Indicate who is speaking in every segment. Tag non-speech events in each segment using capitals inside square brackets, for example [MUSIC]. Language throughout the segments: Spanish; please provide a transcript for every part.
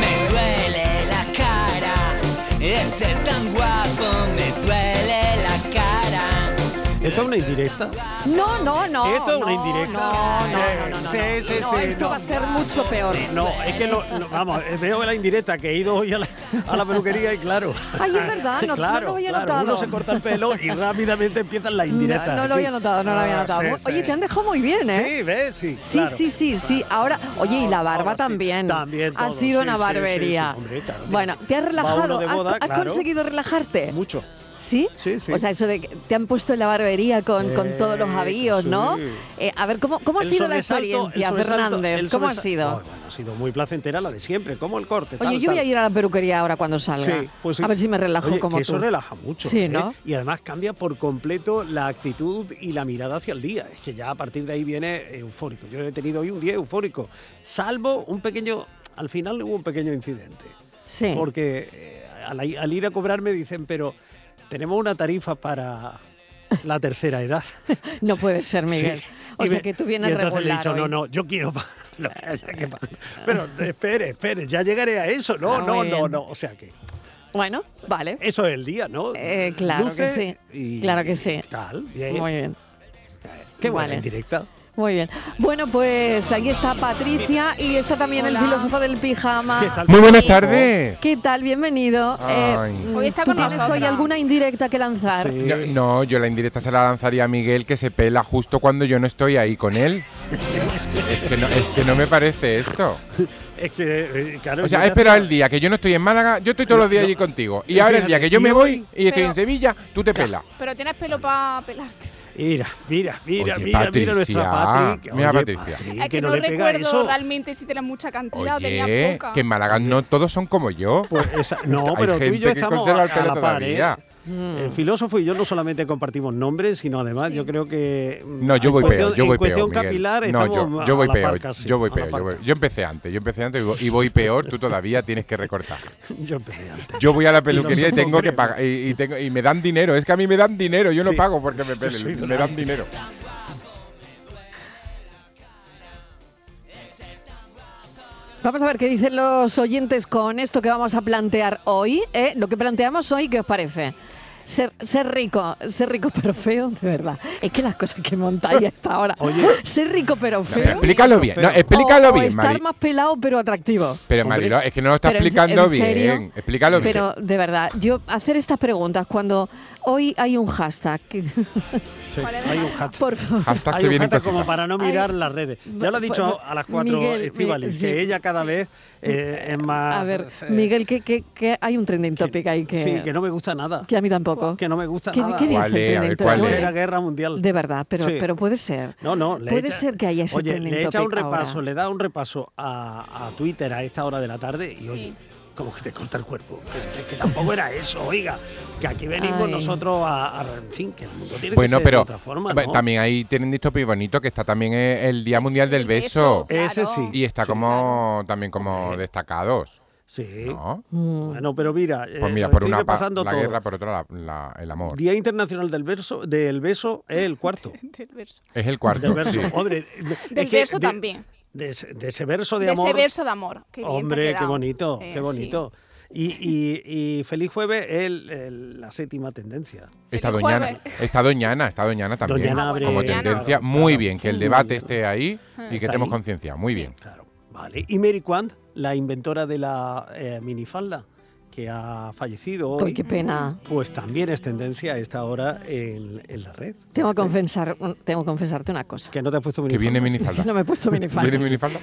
Speaker 1: Me duele la cara de ser tan guapo, me duele la cara.
Speaker 2: ¿Esto es una indirecta?
Speaker 3: No, no, no.
Speaker 2: Esto es una
Speaker 3: no,
Speaker 2: indirecta.
Speaker 3: No, no, no, no, no, no.
Speaker 2: Sí, sí,
Speaker 3: No,
Speaker 2: sí,
Speaker 3: esto
Speaker 2: no.
Speaker 3: va a ser mucho peor.
Speaker 2: No, es que lo, no, vamos, eh, veo la indirecta que he ido hoy a la, a la peluquería y claro.
Speaker 3: Ay, es verdad, no- no lo había
Speaker 2: claro,
Speaker 3: notado.
Speaker 2: Uno se corta el pelo y rápidamente empiezan las indirectas.
Speaker 3: No, no lo había notado, no lo había
Speaker 2: Ah,
Speaker 3: notado.
Speaker 2: sí,
Speaker 3: Oye,
Speaker 2: sí.
Speaker 3: te han dejado muy bien, ¿eh?
Speaker 2: Sí, ves, sí.
Speaker 3: Sí,
Speaker 2: claro.
Speaker 3: sí, sí, sí. Ahora, oye, y la barba
Speaker 2: Ahora sí,
Speaker 3: también.
Speaker 2: también
Speaker 3: ha
Speaker 2: todo, sí,
Speaker 3: sido una
Speaker 2: sí, sí,
Speaker 3: barbería.
Speaker 2: sí, hombre, claro,
Speaker 3: bueno,
Speaker 2: tiene-
Speaker 3: te has
Speaker 2: va
Speaker 3: relajado.
Speaker 2: uno de
Speaker 3: ¿Has-
Speaker 2: boda,
Speaker 3: ¿Has,
Speaker 2: claro.
Speaker 3: conseguido relajarte?
Speaker 2: Mucho.
Speaker 3: ¿Sí?
Speaker 2: Sí, sí.
Speaker 3: O sea, eso de que te han puesto en la barbería con, con todos los
Speaker 2: Sí,
Speaker 3: avíos, ¿no?
Speaker 2: sí.
Speaker 3: Eh, a ver, ¿cómo, cómo ha
Speaker 2: El
Speaker 3: sido la
Speaker 2: sobresalto- el
Speaker 3: experiencia,
Speaker 2: sobresalto-
Speaker 3: Fernández?
Speaker 2: el
Speaker 3: ¿Cómo ha
Speaker 2: sobresa-
Speaker 3: sido?
Speaker 2: Ay, bueno, ha sido muy placentera la de siempre, como el corte.
Speaker 3: Oye,
Speaker 2: tal,
Speaker 3: yo voy a
Speaker 2: tal.
Speaker 3: ir a la peluquería ahora cuando salga.
Speaker 2: Sí, pues sí.
Speaker 3: A ver si me relajo
Speaker 2: Oye,
Speaker 3: como
Speaker 2: que
Speaker 3: tú.
Speaker 2: Eso relaja mucho.
Speaker 3: Sí,
Speaker 2: ¿eh?
Speaker 3: ¿no?
Speaker 2: Y además cambia por completo la actitud y la mirada hacia el día. Es que ya a partir de ahí viene eufórico. Yo he tenido hoy un día eufórico, salvo un pequeño. Al final hubo un pequeño incidente.
Speaker 3: Sí.
Speaker 2: Porque eh, al, al ir a cobrar me dicen, pero tenemos una tarifa para la tercera edad.
Speaker 3: [LAUGHS] No puede ser, Miguel.
Speaker 2: Sí.
Speaker 3: O
Speaker 2: Y
Speaker 3: sea
Speaker 2: me-
Speaker 3: que tú vienes
Speaker 2: y entonces le he
Speaker 3: regular
Speaker 2: dicho,
Speaker 3: hoy.
Speaker 2: no, no, yo quiero pagar [LAUGHS] lo que haya
Speaker 3: [LAUGHS]
Speaker 2: que pagar. Pero espere, espere, ya llegaré a eso. No,
Speaker 3: Ah,
Speaker 2: no,
Speaker 3: muy
Speaker 2: no,
Speaker 3: bien.
Speaker 2: no. O sea que
Speaker 3: Bueno, vale.
Speaker 2: eso es el día, ¿no?
Speaker 3: Eh, claro que
Speaker 2: Luces
Speaker 3: sí,
Speaker 2: y-
Speaker 3: claro que sí.
Speaker 2: Tal, bien.
Speaker 3: Muy bien.
Speaker 2: Qué buena
Speaker 3: vale.
Speaker 2: indirecta.
Speaker 3: Muy bien. Bueno, pues aquí está Patricia y está también el filósofo del pijama.
Speaker 2: ¿Qué tal?
Speaker 4: Muy buenas tardes.
Speaker 3: ¿Qué tal? Bienvenido. Eh,
Speaker 4: Ay.
Speaker 5: Hoy está
Speaker 3: ¿Tú
Speaker 5: con
Speaker 3: tienes
Speaker 5: nosotras.
Speaker 3: hoy alguna indirecta que lanzar?
Speaker 2: Sí.
Speaker 4: No, no, yo la indirecta se la lanzaría a Miguel que se pela justo cuando yo no estoy ahí con él. Es que no, es que no me parece
Speaker 2: [LAUGHS]
Speaker 4: esto.
Speaker 2: Es que, eh, claro.
Speaker 4: O
Speaker 2: yo
Speaker 4: sea, ha
Speaker 2: ya-
Speaker 4: esperado el día que yo no estoy en Málaga, yo estoy todos los días allí contigo. Y ahora el día que yo me voy y estoy en Sevilla, tú te pelas.
Speaker 5: Pero tienes pelo para pelarte.
Speaker 2: Mira, mira, mira,
Speaker 4: Oye,
Speaker 2: mira, mira nuestra
Speaker 4: Patricia.
Speaker 2: Patrick.
Speaker 4: Mira,
Speaker 2: Oye,
Speaker 4: Patricia.
Speaker 2: Patrick,
Speaker 5: es que, no,
Speaker 2: le pega
Speaker 5: recuerdo
Speaker 2: eso.
Speaker 5: realmente si tenía mucha cantidad o tenía
Speaker 4: Oye,
Speaker 5: poca.
Speaker 4: que en Málaga no todos son como yo.
Speaker 2: Pues esa- no,
Speaker 4: Hay
Speaker 2: pero tú y
Speaker 4: gente
Speaker 2: yo
Speaker 4: que
Speaker 2: estamos
Speaker 4: conserva
Speaker 2: a,
Speaker 4: el
Speaker 2: a
Speaker 4: pelo
Speaker 2: la par, ¿eh?
Speaker 4: todavía.
Speaker 3: Mm.
Speaker 2: El filósofo y yo no solamente compartimos nombres, sino además yo creo que mm,
Speaker 4: No, yo
Speaker 2: en
Speaker 4: voy
Speaker 2: cuestión-
Speaker 4: peor, yo
Speaker 2: en
Speaker 4: voy peor.
Speaker 2: cuestión
Speaker 4: Miguel.
Speaker 2: capilar
Speaker 4: no,
Speaker 2: estamos
Speaker 4: yo,
Speaker 2: a
Speaker 4: yo voy
Speaker 2: la par
Speaker 4: peor,
Speaker 2: casi,
Speaker 4: yo voy
Speaker 2: a la
Speaker 4: peor.
Speaker 2: par
Speaker 4: Yo, voy-
Speaker 2: casi.
Speaker 4: yo empecé antes, yo empecé antes y voy- y voy peor, tú todavía tienes que recortar.
Speaker 3: [LAUGHS]
Speaker 2: Yo empecé antes.
Speaker 4: Yo voy
Speaker 2: [LAUGHS]
Speaker 4: a la peluquería y,
Speaker 2: nosotros
Speaker 4: tengo que
Speaker 2: creemos.
Speaker 4: pagar y, y tengo- y me dan dinero. Es que a mí me dan dinero. Yo no
Speaker 2: Sí.
Speaker 4: pago
Speaker 2: [LAUGHS]
Speaker 4: porque me pelen,
Speaker 2: soy
Speaker 4: me
Speaker 2: donante.
Speaker 4: dan dinero.
Speaker 3: Vamos a ver qué dicen los oyentes con esto que vamos a plantear hoy. ¿eh? Lo que planteamos hoy, ¿qué os parece? Ser, ser rico, ser rico pero feo, de verdad. Es que las cosas que montáis hasta ahora.
Speaker 2: Oye.
Speaker 3: ser rico pero
Speaker 4: No, pero
Speaker 3: feo.
Speaker 4: explícalo bien. No,
Speaker 2: Feo.
Speaker 3: O-
Speaker 4: explícalo
Speaker 3: o
Speaker 4: bien,
Speaker 3: estar
Speaker 4: Mari.
Speaker 3: más pelado pero atractivo.
Speaker 4: Pero
Speaker 2: Hombre.
Speaker 4: Mariló, es que no lo está
Speaker 3: Pero en-
Speaker 4: explicando
Speaker 3: en serio,
Speaker 4: bien. Explícalo
Speaker 3: Pero de verdad, yo hacer estas preguntas cuando hoy hay un hashtag, que-
Speaker 2: Sí,
Speaker 5: ¿Cuál era
Speaker 2: hay un
Speaker 5: la-
Speaker 2: hat.
Speaker 3: por favor.
Speaker 4: bien. Hashtag
Speaker 2: Hay
Speaker 4: se
Speaker 2: un
Speaker 4: vienen
Speaker 2: hashtag como
Speaker 4: cositas.
Speaker 2: para no
Speaker 3: Ay,
Speaker 2: mirar las redes. Ya lo ha dicho
Speaker 3: pues,
Speaker 2: a las cuatro
Speaker 3: Miguel,
Speaker 2: Estivali,
Speaker 3: Miguel, sí.
Speaker 2: que ella cada vez eh, es más.
Speaker 3: [LAUGHS] A ver,
Speaker 2: eh,
Speaker 3: Miguel, que, que- que hay un trending topic ahí que,
Speaker 2: Sí, que no me gusta nada.
Speaker 3: que a mí tampoco.
Speaker 2: Que no me gusta
Speaker 3: ¿Qué,
Speaker 2: nada.
Speaker 3: qué dice
Speaker 4: ¿Cuál
Speaker 3: el
Speaker 4: es? A
Speaker 3: trending
Speaker 4: ver, ¿cuál
Speaker 3: topic?
Speaker 4: es?
Speaker 2: Tercera Guerra Mundial.
Speaker 3: De verdad, pero,
Speaker 2: Sí.
Speaker 3: pero puede ser.
Speaker 2: No, no. le
Speaker 3: Puede
Speaker 2: echa-
Speaker 3: ser que haya ese
Speaker 2: Oye,
Speaker 3: trending
Speaker 2: le echa un
Speaker 3: topic ahora.
Speaker 2: repaso, le da un repaso a, a Twitter a esta hora de la tarde y
Speaker 5: Sí.
Speaker 2: oye, como que te corta el cuerpo. Pero dices que tampoco era eso, oiga. Que aquí venimos
Speaker 3: Ay.
Speaker 2: nosotros a, a- En fin, que el mundo tiene que
Speaker 4: Bueno,
Speaker 2: ser de
Speaker 4: pero
Speaker 2: otra forma,
Speaker 4: ba-
Speaker 2: ¿no?
Speaker 4: también ahí tienen dicho y bonito que está también eh, el Día Mundial del
Speaker 5: El
Speaker 4: Beso.
Speaker 5: beso.
Speaker 2: Ese
Speaker 5: Claro.
Speaker 2: sí.
Speaker 4: Y está
Speaker 2: Sí.
Speaker 4: como también como destacados.
Speaker 2: Sí.
Speaker 4: ¿no?
Speaker 2: Bueno, pero mira,
Speaker 4: Pues mira,
Speaker 2: eh,
Speaker 4: por
Speaker 2: estoy
Speaker 4: una pa-
Speaker 2: repasando
Speaker 4: la
Speaker 2: todo.
Speaker 4: guerra, por otra la- la- el amor.
Speaker 2: Día Internacional del Verso, del Beso es el cuarto.
Speaker 5: Del verso.
Speaker 4: Es el cuarto.
Speaker 2: del verso.
Speaker 4: sí.
Speaker 2: Hombre, de-
Speaker 5: Del
Speaker 2: es que
Speaker 5: verso
Speaker 2: de-
Speaker 5: también.
Speaker 2: De, ese- de ese verso de,
Speaker 5: De
Speaker 2: amor.
Speaker 5: ese verso de amor. Qué bien te ha
Speaker 2: Hombre, qué
Speaker 5: quedado.
Speaker 2: bonito,
Speaker 5: Eh,
Speaker 2: qué bonito. Y, y- y feliz jueves es el- el- la séptima tendencia.
Speaker 4: Está
Speaker 5: Feliz
Speaker 4: Doñana,
Speaker 5: jueves.
Speaker 4: está Doñana, está Doñana también.
Speaker 2: Doñana
Speaker 5: Abre.
Speaker 4: como
Speaker 5: Doñana.
Speaker 4: tendencia, muy bien, que el debate esté ahí y que
Speaker 2: Está
Speaker 4: estemos
Speaker 2: ahí.
Speaker 4: conciencia, muy bien.
Speaker 2: Claro, vale. Y Mary Quant, la inventora de la eh, minifalda, que ha fallecido
Speaker 3: Ay,
Speaker 2: hoy,
Speaker 3: qué pena.
Speaker 2: pues también es tendencia a esta hora en, en la red.
Speaker 3: Tengo que, confesar, tengo que confesarte una cosa.
Speaker 2: Eh. Que no te has puesto
Speaker 4: Que viene
Speaker 2: minifalda.
Speaker 4: minifalda.
Speaker 3: [LAUGHS] No me he puesto minifalda.
Speaker 4: Viene minifalda.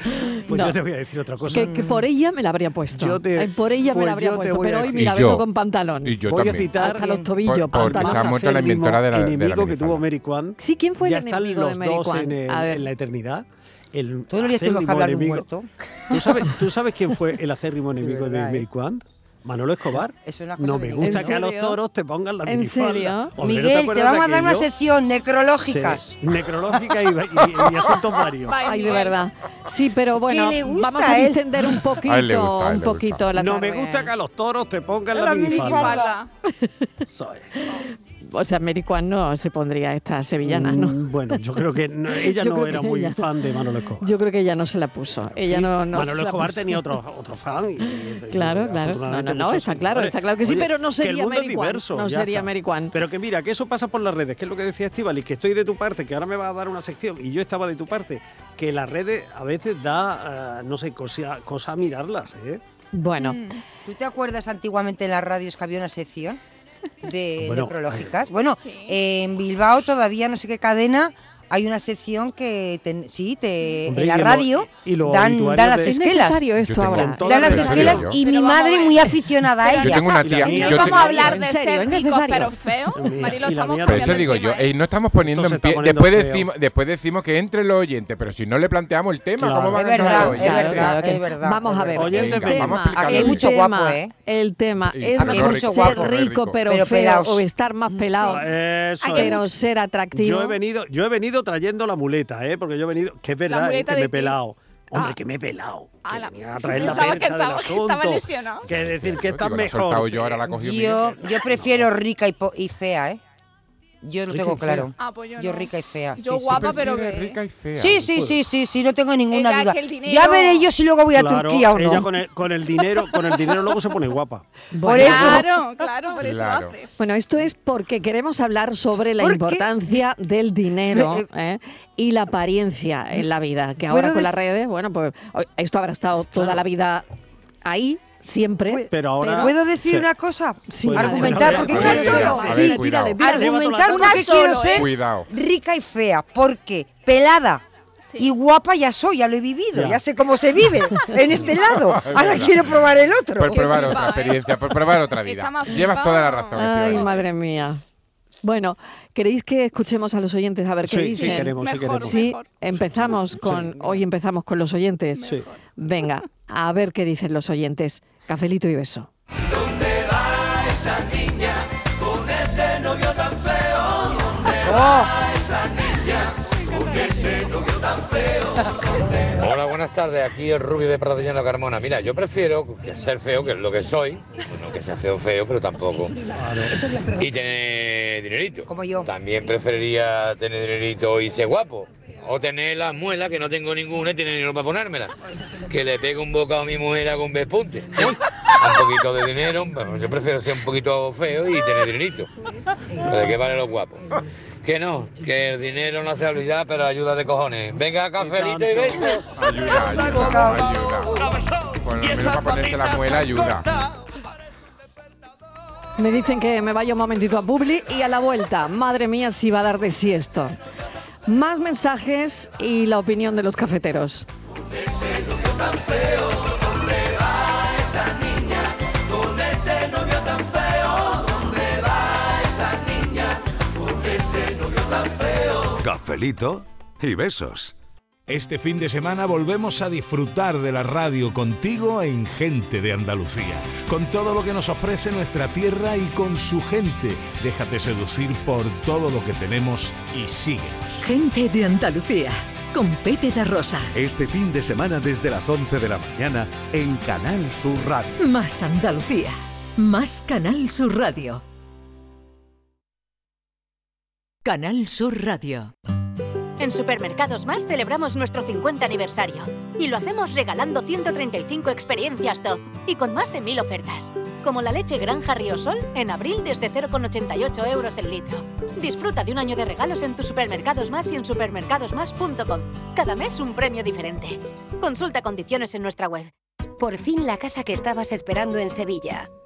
Speaker 2: Pues
Speaker 3: No.
Speaker 2: yo te voy a decir otra cosa.
Speaker 3: Que, que por ella me la habría puesto.
Speaker 2: Yo te-
Speaker 3: Ay, por ella me
Speaker 2: pues
Speaker 3: la habría
Speaker 2: yo te
Speaker 3: puesto,
Speaker 2: voy a
Speaker 3: pero hoy
Speaker 2: decir-
Speaker 3: me la
Speaker 4: Y yo.
Speaker 3: vengo con pantalón.
Speaker 4: Y yo
Speaker 2: Voy
Speaker 4: también.
Speaker 2: a citar
Speaker 3: Hasta los tobillos,
Speaker 4: Por- porque
Speaker 2: Además,
Speaker 4: se ha
Speaker 3: pantalón.
Speaker 4: muerto la
Speaker 2: hacer el mismo
Speaker 4: inventora de la- de la
Speaker 2: enemigo que
Speaker 4: minifalda.
Speaker 2: tuvo Mary Quant.
Speaker 3: Sí, ¿quién fue el
Speaker 2: ya están
Speaker 3: enemigo
Speaker 2: los
Speaker 3: de Mary
Speaker 2: dos
Speaker 3: Kwan?
Speaker 2: en, el-
Speaker 3: A ver.
Speaker 2: en la eternidad. el
Speaker 6: Todos los días tenemos que
Speaker 2: acérrimo
Speaker 6: hablar de un
Speaker 2: enemigo-
Speaker 6: muerto.
Speaker 2: ¿Tú sabes, tú sabes quién fue
Speaker 6: [LAUGHS]
Speaker 2: el acérrimo enemigo
Speaker 6: verdad,
Speaker 2: de
Speaker 6: ¿eh?
Speaker 2: Mirquand? Manolo Escobar.
Speaker 6: Eso es una cosa
Speaker 2: no
Speaker 6: que
Speaker 2: me
Speaker 6: me
Speaker 2: gusta
Speaker 3: encanta.
Speaker 2: que a los
Speaker 3: ¿En serio?
Speaker 2: toros te pongan la
Speaker 3: ¿En
Speaker 2: minifalda.
Speaker 3: serio?
Speaker 2: Hombre, ¿no
Speaker 6: Miguel, te
Speaker 2: acuerdas
Speaker 6: vamos a dar
Speaker 2: de
Speaker 6: una
Speaker 2: aquello?
Speaker 6: sección
Speaker 2: Sí,
Speaker 6: necrológicas.
Speaker 2: necrológica y, y- y asuntos varios.
Speaker 5: Vaya,
Speaker 3: Ay, de
Speaker 5: Miguel.
Speaker 3: verdad. Sí, pero bueno,
Speaker 6: le gusta
Speaker 3: vamos a
Speaker 6: a él?
Speaker 3: distender un poquito,
Speaker 4: A él le gusta, a él
Speaker 3: un
Speaker 4: le gusta.
Speaker 3: poquito la
Speaker 2: No me
Speaker 3: tarde.
Speaker 2: gusta que a los toros te pongan la,
Speaker 6: La
Speaker 2: minifalda.
Speaker 6: minifalda.
Speaker 5: Espalda.
Speaker 2: Soy.
Speaker 3: O sea, Mary Kwan no se pondría esta sevillana, ¿no?
Speaker 2: Mm, Bueno, yo creo que
Speaker 3: [LAUGHS]
Speaker 2: no- ella
Speaker 3: Yo
Speaker 2: no
Speaker 3: creo
Speaker 2: era
Speaker 3: que
Speaker 2: muy
Speaker 3: ella-
Speaker 2: fan de Manolo Escobar.
Speaker 3: Yo creo que ella no se la puso. Ella no, no se
Speaker 2: Manolo
Speaker 3: la
Speaker 2: Escobar
Speaker 3: puso.
Speaker 2: tenía otro,
Speaker 3: [LAUGHS]
Speaker 2: otro fan. y- y-
Speaker 3: Claro,
Speaker 2: y
Speaker 3: claro. No, no,
Speaker 2: afortunadamente
Speaker 3: no,
Speaker 2: muchos
Speaker 3: está claro,
Speaker 2: seguidores.
Speaker 3: está claro que sí,
Speaker 2: Oye,
Speaker 3: pero no
Speaker 2: que el
Speaker 3: sería
Speaker 2: mundo es
Speaker 3: Mary Kwan,
Speaker 2: diverso,
Speaker 3: no
Speaker 2: ya
Speaker 3: sería
Speaker 2: está.
Speaker 3: Mary Kwan.
Speaker 2: Pero que mira, que eso pasa por las redes, que es lo que decía Estivali, que estoy de tu parte, que ahora me vas a dar una sección y yo estaba de tu parte. Que las redes a veces da, ah, no sé, cosa, cosa a mirarlas, ¿eh?
Speaker 3: Bueno,
Speaker 6: [LAUGHS] ¿Tú te acuerdas antiguamente en las radios que había una sección de
Speaker 2: Bueno,
Speaker 6: necrológicas? Bueno,
Speaker 5: Sí.
Speaker 6: en Bilbao todavía no sé qué cadena hay una sección que ten- sí, te,
Speaker 2: Hombre,
Speaker 6: en
Speaker 2: y
Speaker 6: la
Speaker 2: lo-
Speaker 6: radio
Speaker 2: y lo
Speaker 6: dan,
Speaker 2: obituario
Speaker 6: dan las
Speaker 2: de-
Speaker 3: es
Speaker 6: esquelas.
Speaker 3: necesario esto
Speaker 4: tengo
Speaker 3: ahora.
Speaker 4: un
Speaker 6: Dan las
Speaker 4: Pero
Speaker 6: esquelas
Speaker 4: vamos
Speaker 6: y
Speaker 5: a
Speaker 6: mi
Speaker 5: ver.
Speaker 6: madre muy aficionada a
Speaker 4: Yo
Speaker 6: ella.
Speaker 4: tengo una
Speaker 2: Y la
Speaker 4: tía.
Speaker 2: mía
Speaker 5: No
Speaker 4: yo
Speaker 2: te-
Speaker 5: vamos
Speaker 4: tengo-
Speaker 5: a hablar de
Speaker 3: ¿En serio?
Speaker 5: ser
Speaker 3: ¿Es
Speaker 5: ricos
Speaker 3: necesario?
Speaker 5: pero feos,
Speaker 2: Mía,
Speaker 5: Marilo,
Speaker 2: y la
Speaker 5: estamos
Speaker 2: mía
Speaker 4: Pero eso
Speaker 5: perdiendo
Speaker 4: digo
Speaker 5: el
Speaker 4: yo,
Speaker 5: tiempo, ¿eh?
Speaker 4: ey, no estamos poniendo
Speaker 2: Esto se
Speaker 4: en
Speaker 2: está
Speaker 4: pie.
Speaker 2: poniendo
Speaker 4: Después
Speaker 2: feo.
Speaker 4: decimos, después decimos que entre los oyentes, pero si no le planteamos el tema,
Speaker 2: Claro.
Speaker 4: ¿cómo van
Speaker 6: Es
Speaker 4: a entrar
Speaker 6: verdad,
Speaker 4: los
Speaker 6: es
Speaker 4: oyentes?
Speaker 6: verdad, es verdad,
Speaker 3: Vamos
Speaker 6: es
Speaker 3: a ver.
Speaker 6: verdad.
Speaker 3: el
Speaker 2: Venga,
Speaker 3: tema,
Speaker 4: vamos a explicarlo
Speaker 6: Aquí hay
Speaker 3: el
Speaker 6: mucho
Speaker 3: tema,
Speaker 6: guapo, ¿eh?
Speaker 3: El tema
Speaker 4: Sí,
Speaker 3: es
Speaker 4: aquí hay
Speaker 3: mejor
Speaker 6: mucho
Speaker 3: ser
Speaker 6: guapo.
Speaker 3: rico pero,
Speaker 6: Pero
Speaker 3: feo
Speaker 6: pelaos.
Speaker 3: o estar más pelado,
Speaker 2: Eso es.
Speaker 3: pero ser atractivo.
Speaker 2: Yo he venido, yo he venido trayendo la muleta, ¿eh? Porque yo he venido, que es verdad, ¿eh?
Speaker 5: muleta
Speaker 2: que
Speaker 5: de
Speaker 2: me he
Speaker 5: ti.
Speaker 2: pelado. Hombre,
Speaker 5: Ah.
Speaker 2: que me he pelado. Que
Speaker 5: Ala.
Speaker 2: venía a traer la
Speaker 5: Pensaba
Speaker 2: percha
Speaker 5: que
Speaker 2: del
Speaker 5: estaba- que estaba
Speaker 2: asunto.
Speaker 5: lesionado.
Speaker 2: Que decir que
Speaker 4: Digo,
Speaker 2: estás
Speaker 4: la he soltado
Speaker 2: mejor.
Speaker 4: yo, ahora la ha cogido
Speaker 6: Yo,
Speaker 4: Miguel.
Speaker 6: yo prefiero rica y, po- y fea, ¿eh? Yo lo
Speaker 2: Rica y
Speaker 6: tengo
Speaker 2: fea.
Speaker 6: claro.
Speaker 5: Ah, pues yo
Speaker 6: Yo
Speaker 5: no.
Speaker 6: rica y fea.
Speaker 5: Yo
Speaker 6: sí, sí.
Speaker 5: guapa, pero
Speaker 4: Prefiere
Speaker 5: que-
Speaker 4: rica y fea.
Speaker 6: Sí, sí,
Speaker 2: pues.
Speaker 6: sí, sí, sí, no tengo ninguna
Speaker 5: Ella,
Speaker 6: duda.
Speaker 5: que el dinero-
Speaker 6: Ya veré yo si luego voy a
Speaker 2: Claro,
Speaker 6: Turquía o
Speaker 2: Ella
Speaker 6: no.
Speaker 2: con el, con el dinero, con el dinero luego se pone guapa.
Speaker 6: Por eso.
Speaker 5: Claro, claro, por eso
Speaker 4: Claro.
Speaker 5: lo haces.
Speaker 3: Bueno, esto es porque queremos hablar sobre la
Speaker 6: ¿Por qué?
Speaker 3: importancia del dinero ¿eh? y la apariencia en la vida. Que ahora
Speaker 6: ¿Puedo
Speaker 3: con las
Speaker 6: dec-
Speaker 3: redes, bueno, pues o- esto habrá estado toda la vida ahí, siempre.
Speaker 6: Pues-
Speaker 2: Pero ahora.
Speaker 6: ¿Puedo decir
Speaker 2: Sí.
Speaker 6: una cosa?
Speaker 3: Sí,
Speaker 2: Bueno,
Speaker 6: argumentar
Speaker 2: bueno,
Speaker 6: porque
Speaker 2: bueno,
Speaker 6: quiero
Speaker 2: bueno,
Speaker 6: ser-
Speaker 4: bueno,
Speaker 6: sí,
Speaker 4: bueno,
Speaker 3: tírale,
Speaker 4: cuidado.
Speaker 3: tírale.
Speaker 6: argumentar
Speaker 5: Una
Speaker 6: porque
Speaker 5: solo,
Speaker 6: quiero ser
Speaker 4: Cuidado.
Speaker 6: rica y fea, porque pelada
Speaker 5: Sí.
Speaker 6: y guapa ya soy, ya lo he vivido,
Speaker 2: Ya.
Speaker 6: ya, sé cómo se vive en
Speaker 2: [LAUGHS]
Speaker 6: este lado. Ahora
Speaker 4: verdad.
Speaker 6: quiero probar el otro.
Speaker 4: Por probar
Speaker 5: flipado,
Speaker 4: otra
Speaker 5: ¿eh?
Speaker 4: experiencia, por probar otra vida.
Speaker 5: Está más
Speaker 4: Llevas toda la
Speaker 5: flipado.
Speaker 4: razón.
Speaker 3: Ay,
Speaker 4: Estíbaliz.
Speaker 3: madre mía. Bueno, ¿queréis que escuchemos a los oyentes a ver qué
Speaker 2: Sí, sí,
Speaker 3: dicen?
Speaker 2: queremos. sí
Speaker 5: Mejor,
Speaker 2: queremos.
Speaker 3: Sí,
Speaker 5: mejor.
Speaker 3: empezamos con. Hoy empezamos con los oyentes.
Speaker 2: Sí.
Speaker 3: Venga, a ver qué dicen los oyentes. Cafelito y beso.
Speaker 6: Oh,
Speaker 7: Hola, buenas tardes. Aquí el Rubio de Pratellano Carmona. Mira, yo prefiero que ser feo, que es lo que soy. No que sea feo, feo, pero tampoco. Y tener dinerito.
Speaker 6: Como yo.
Speaker 7: También preferiría tener dinerito y ser guapo. O tener las muelas, que no tengo ninguna y tener dinero para ponérmela. Que le pegue un bocado a mi mujer con vespunte. ¿sí? Un poquito de dinero. bueno, yo prefiero ser un poquito feo y tener dinerito. Pero ¿De qué vale los guapos? Que no, que el dinero no hace olvidar, pero ayuda de cojones. Venga, cafelito y
Speaker 2: tanto.
Speaker 7: besos.
Speaker 4: Ayuda, ayuda, ayuda. Por lo menos para ponerse la muela ayuda.
Speaker 3: Me dicen que me vaya un momentito a Publi y a la vuelta. Madre mía, si va a dar de sí esto. Más mensajes y la opinión de los cafeteros.
Speaker 1: Cafelito y besos.
Speaker 8: Este fin de semana volvemos a disfrutar de la radio contigo en Gente de Andalucía, con todo lo que nos ofrece nuestra tierra y con su gente. Déjate seducir por todo lo que tenemos y síguenos.
Speaker 9: Gente de Andalucía, con Pepe da Rosa.
Speaker 1: Este fin de semana desde las 11 de la mañana en Canal Sur Radio.
Speaker 9: Más Andalucía, más Canal Sur Radio. Canal Sur Radio.
Speaker 10: En Supermercados Más celebramos nuestro 50 aniversario y lo hacemos regalando 135 experiencias top y con más de 1000 ofertas, como la leche Granja Riosol en abril desde 0,88 euros el litro. Disfruta de un año de regalos en tus Supermercados Más y en supermercadosmás.com. Cada mes un premio diferente. Consulta condiciones en nuestra web.
Speaker 11: Por fin la casa que estabas esperando en Sevilla.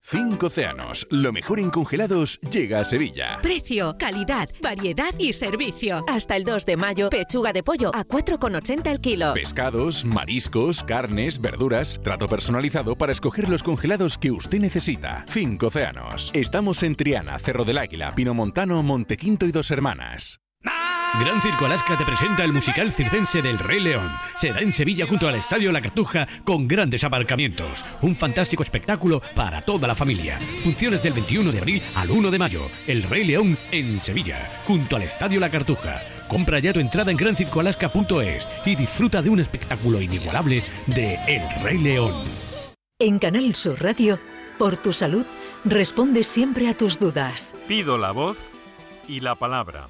Speaker 12: Cinco océanos, lo mejor en congelados llega a Sevilla.
Speaker 10: Precio, calidad, variedad y servicio. Hasta el 2 de mayo, pechuga de pollo a 4,80 el kilo.
Speaker 12: Pescados, mariscos, carnes, verduras, trato personalizado para escoger los congelados que usted necesita. Cinco océanos. Estamos en Triana, Cerro del Águila, Pinomontano, Montequinto y Dos Hermanas.
Speaker 13: Gran Circo Alaska te presenta el musical circense del Rey León. Será en Sevilla junto al Estadio La Cartuja con grandes aparcamientos. Un fantástico espectáculo para toda la familia. Funciones del 21 de abril al 1 de mayo. El Rey León en Sevilla junto al Estadio La Cartuja. Compra ya tu entrada en grancircoalaska.es y disfruta de un espectáculo inigualable de El Rey León.
Speaker 9: En Canal Sur Radio, por tu salud, responde siempre a tus dudas.
Speaker 14: Pido la voz y la palabra.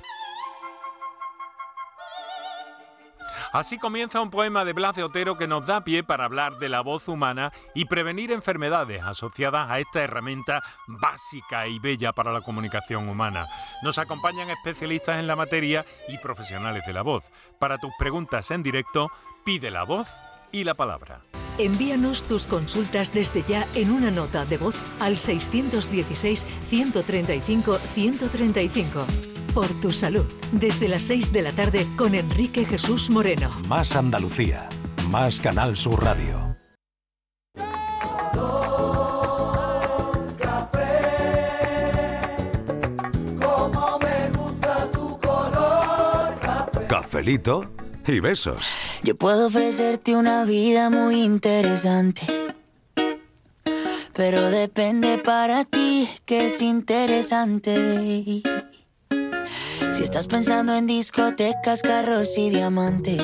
Speaker 14: Así comienza un poema de Blas de Otero que nos da pie para hablar de la voz humana y prevenir enfermedades asociadas a esta herramienta básica y bella para la comunicación humana. Nos acompañan especialistas en la materia y profesionales de la voz. Para tus preguntas en directo, pide la voz y la palabra.
Speaker 9: Envíanos tus consultas desde ya en una nota de voz al 616-135-135. Por tu salud, desde las 6 de la tarde con Enrique Jesús Moreno.
Speaker 8: Más Andalucía, más Canal Sur Radio.
Speaker 15: Como me gusta tu color café.
Speaker 8: Cafelito y besos.
Speaker 16: Yo puedo ofrecerte una vida muy interesante, pero depende para ti que es interesante. Si estás pensando en discotecas, carros y diamantes,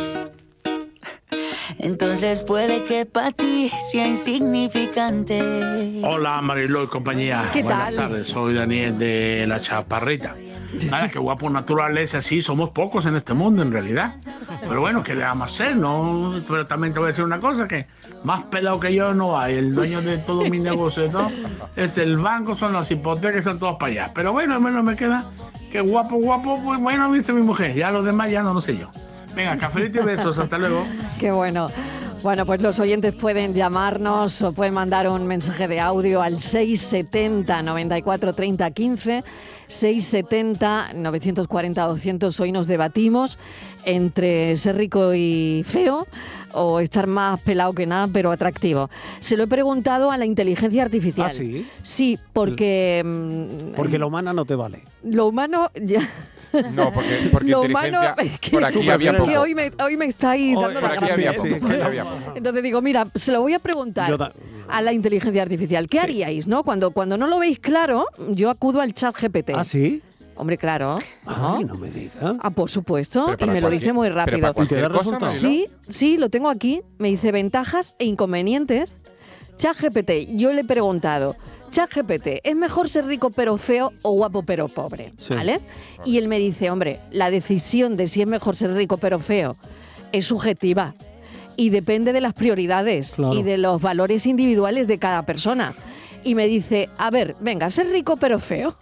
Speaker 16: entonces puede que para ti sea insignificante.
Speaker 17: Hola Mariló y compañía.
Speaker 16: ¿Qué
Speaker 17: Buenas
Speaker 16: tal?
Speaker 17: tardes, soy Daniel de La Chaparrita. Nada, que guapo naturaleza, sí, somos pocos en este mundo en realidad. Pero bueno, ¿qué le vamos a hacer? No? Pero también te voy a decir una cosa, que más pelado que yo no hay. El dueño de todos mis negocios, ¿no? [LAUGHS] Es el banco, son las hipotecas, son todas para allá. Pero bueno, al menos me queda que guapo, guapo, pues bueno, dice mi mujer. Ya los demás ya no lo sé yo. Venga, cafelito y besos, hasta luego.
Speaker 3: Qué bueno. Bueno, pues los oyentes pueden llamarnos o pueden mandar un mensaje de audio al 670 94 30 15, 670 940 200. Hoy nos debatimos entre ser rico y feo o estar más pelado que nada, pero atractivo. Se lo he preguntado a la inteligencia artificial.
Speaker 2: ¿Ah, sí?
Speaker 3: Sí, porque... mm,
Speaker 2: Porque la humana no te vale.
Speaker 3: lo humano ya.
Speaker 4: No, porque- porque
Speaker 3: lo
Speaker 4: inteligencia-
Speaker 3: humano [LAUGHS]
Speaker 4: por aquí había
Speaker 3: es que
Speaker 4: poco.
Speaker 3: hoy me, hoy me estáis dando la
Speaker 4: por aquí
Speaker 3: gracia.
Speaker 4: había
Speaker 3: ¿eh?
Speaker 4: poco, por aquí había poco.
Speaker 3: Entonces digo, mira, se lo voy a preguntar
Speaker 4: Yo ta-
Speaker 3: a la inteligencia artificial. ¿Qué haríais, no? Cuando, cuando no lo veis claro, yo acudo al chat GPT. ¿Ah,
Speaker 2: sí?
Speaker 3: Hombre, claro. ¿no?
Speaker 2: me digas.
Speaker 3: Ah, por supuesto,
Speaker 2: Pero
Speaker 3: y
Speaker 2: para
Speaker 3: me lo dice
Speaker 2: cualquier-
Speaker 3: muy
Speaker 2: pero para
Speaker 3: rápido.
Speaker 2: cualquier ¿Y te da cosa, resultado?
Speaker 3: Sí, sí, lo tengo aquí. Me dice ventajas e inconvenientes. Chat GPT, yo le he preguntado, Chat GPT, ¿es mejor ser rico pero feo o guapo pero pobre?
Speaker 18: Sí.
Speaker 3: ¿Vale? Y él me dice, hombre, la decisión de si es mejor ser rico pero feo es subjetiva y depende de las prioridades
Speaker 18: Claro.
Speaker 3: y de los valores individuales de cada persona. Y me dice, a ver, venga, ser rico pero feo.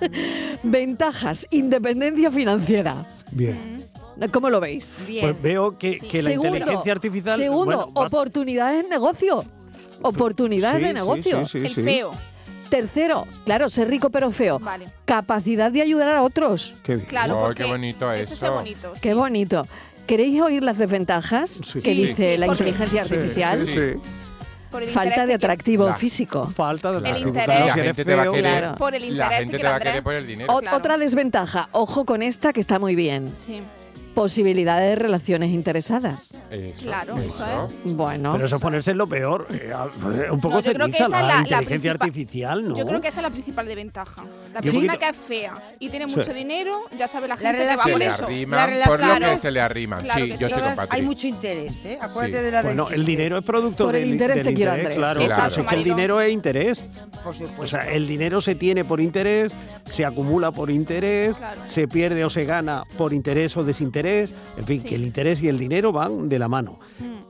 Speaker 3: [LAUGHS] Ventajas, independencia financiera.
Speaker 2: Bien.
Speaker 3: ¿Cómo lo veis?
Speaker 2: Pues veo que, que la
Speaker 3: Segundo,
Speaker 2: inteligencia artificial.
Speaker 3: Segundo,
Speaker 2: bueno, vas-
Speaker 3: oportunidades de negocio. Oportunidades
Speaker 2: Sí,
Speaker 3: de
Speaker 2: sí,
Speaker 3: negocio.
Speaker 2: sí, sí, El sí. feo.
Speaker 3: Tercero, claro, ser rico pero feo. Capacidad de ayudar a otros.
Speaker 2: Qué bien.
Speaker 5: Claro,
Speaker 4: Oh,
Speaker 5: porque
Speaker 4: qué bonito
Speaker 5: eso
Speaker 4: eso.
Speaker 5: sea bonito.
Speaker 3: Qué bonito. ¿Queréis oír las desventajas
Speaker 4: Sí.
Speaker 3: que
Speaker 4: Sí,
Speaker 3: dice
Speaker 4: sí,
Speaker 3: la
Speaker 4: porque-
Speaker 3: inteligencia
Speaker 4: Sí,
Speaker 3: artificial?
Speaker 4: sí, sí.
Speaker 5: Por el
Speaker 3: Falta
Speaker 5: interés
Speaker 3: de
Speaker 5: que-
Speaker 3: atractivo
Speaker 4: La-
Speaker 3: físico.
Speaker 2: Falta de
Speaker 4: La
Speaker 2: atractivo.
Speaker 4: gente
Speaker 2: Claro, si eres
Speaker 4: te va a
Speaker 2: feo,
Speaker 4: querer.
Speaker 3: Claro.
Speaker 5: Por el
Speaker 4: La
Speaker 5: interés
Speaker 4: gente
Speaker 5: que
Speaker 4: te
Speaker 5: le
Speaker 4: va a
Speaker 5: atrae.
Speaker 4: querer por el dinero.
Speaker 3: O- Otra desventaja, ojo con esta que está muy bien.
Speaker 5: Sí.
Speaker 3: Posibilidades de relaciones interesadas.
Speaker 5: Claro, eso, es.
Speaker 3: Bueno.
Speaker 2: Pero eso es ponerse en lo peor. eh, a- [LAUGHS] un poco
Speaker 5: No, yo creo que esa
Speaker 2: ceniza
Speaker 5: es
Speaker 2: la,
Speaker 5: la- la
Speaker 2: inteligencia
Speaker 5: principal.
Speaker 2: artificial, ¿no?
Speaker 5: Yo creo que esa es la principal desventaja. La
Speaker 2: Yo
Speaker 5: persona
Speaker 2: poquito-
Speaker 5: que es fea y tiene
Speaker 2: Sí.
Speaker 5: mucho dinero, ya sabe la
Speaker 6: La
Speaker 5: gente que va
Speaker 6: relación-
Speaker 5: por
Speaker 6: Se le
Speaker 5: eso.
Speaker 4: arriman
Speaker 5: La
Speaker 4: por lo
Speaker 5: relación-
Speaker 4: que se le arriman.
Speaker 5: Claro
Speaker 4: sí,
Speaker 5: que
Speaker 4: yo
Speaker 5: sí.
Speaker 4: estoy con
Speaker 5: Todas-
Speaker 4: Patri.
Speaker 6: Hay mucho interés, ¿eh? Acuérdate
Speaker 4: Sí.
Speaker 6: de la del
Speaker 2: Bueno,
Speaker 6: chiste.
Speaker 2: el dinero es producto
Speaker 6: Por el
Speaker 2: del-
Speaker 6: interés
Speaker 2: del
Speaker 6: te quiero,
Speaker 2: interés,
Speaker 6: Andrés.
Speaker 2: Claro,
Speaker 6: Exacto,
Speaker 2: Pues es que el
Speaker 6: Mariló.
Speaker 2: dinero es interés.
Speaker 6: Por
Speaker 2: O
Speaker 6: supuesto.
Speaker 2: sea, el dinero se tiene por interés, se acumula por interés, se pierde o se gana por interés o desinterés. En fin,
Speaker 6: Sí. Mm.
Speaker 2: que el interés y el dinero van de la mano.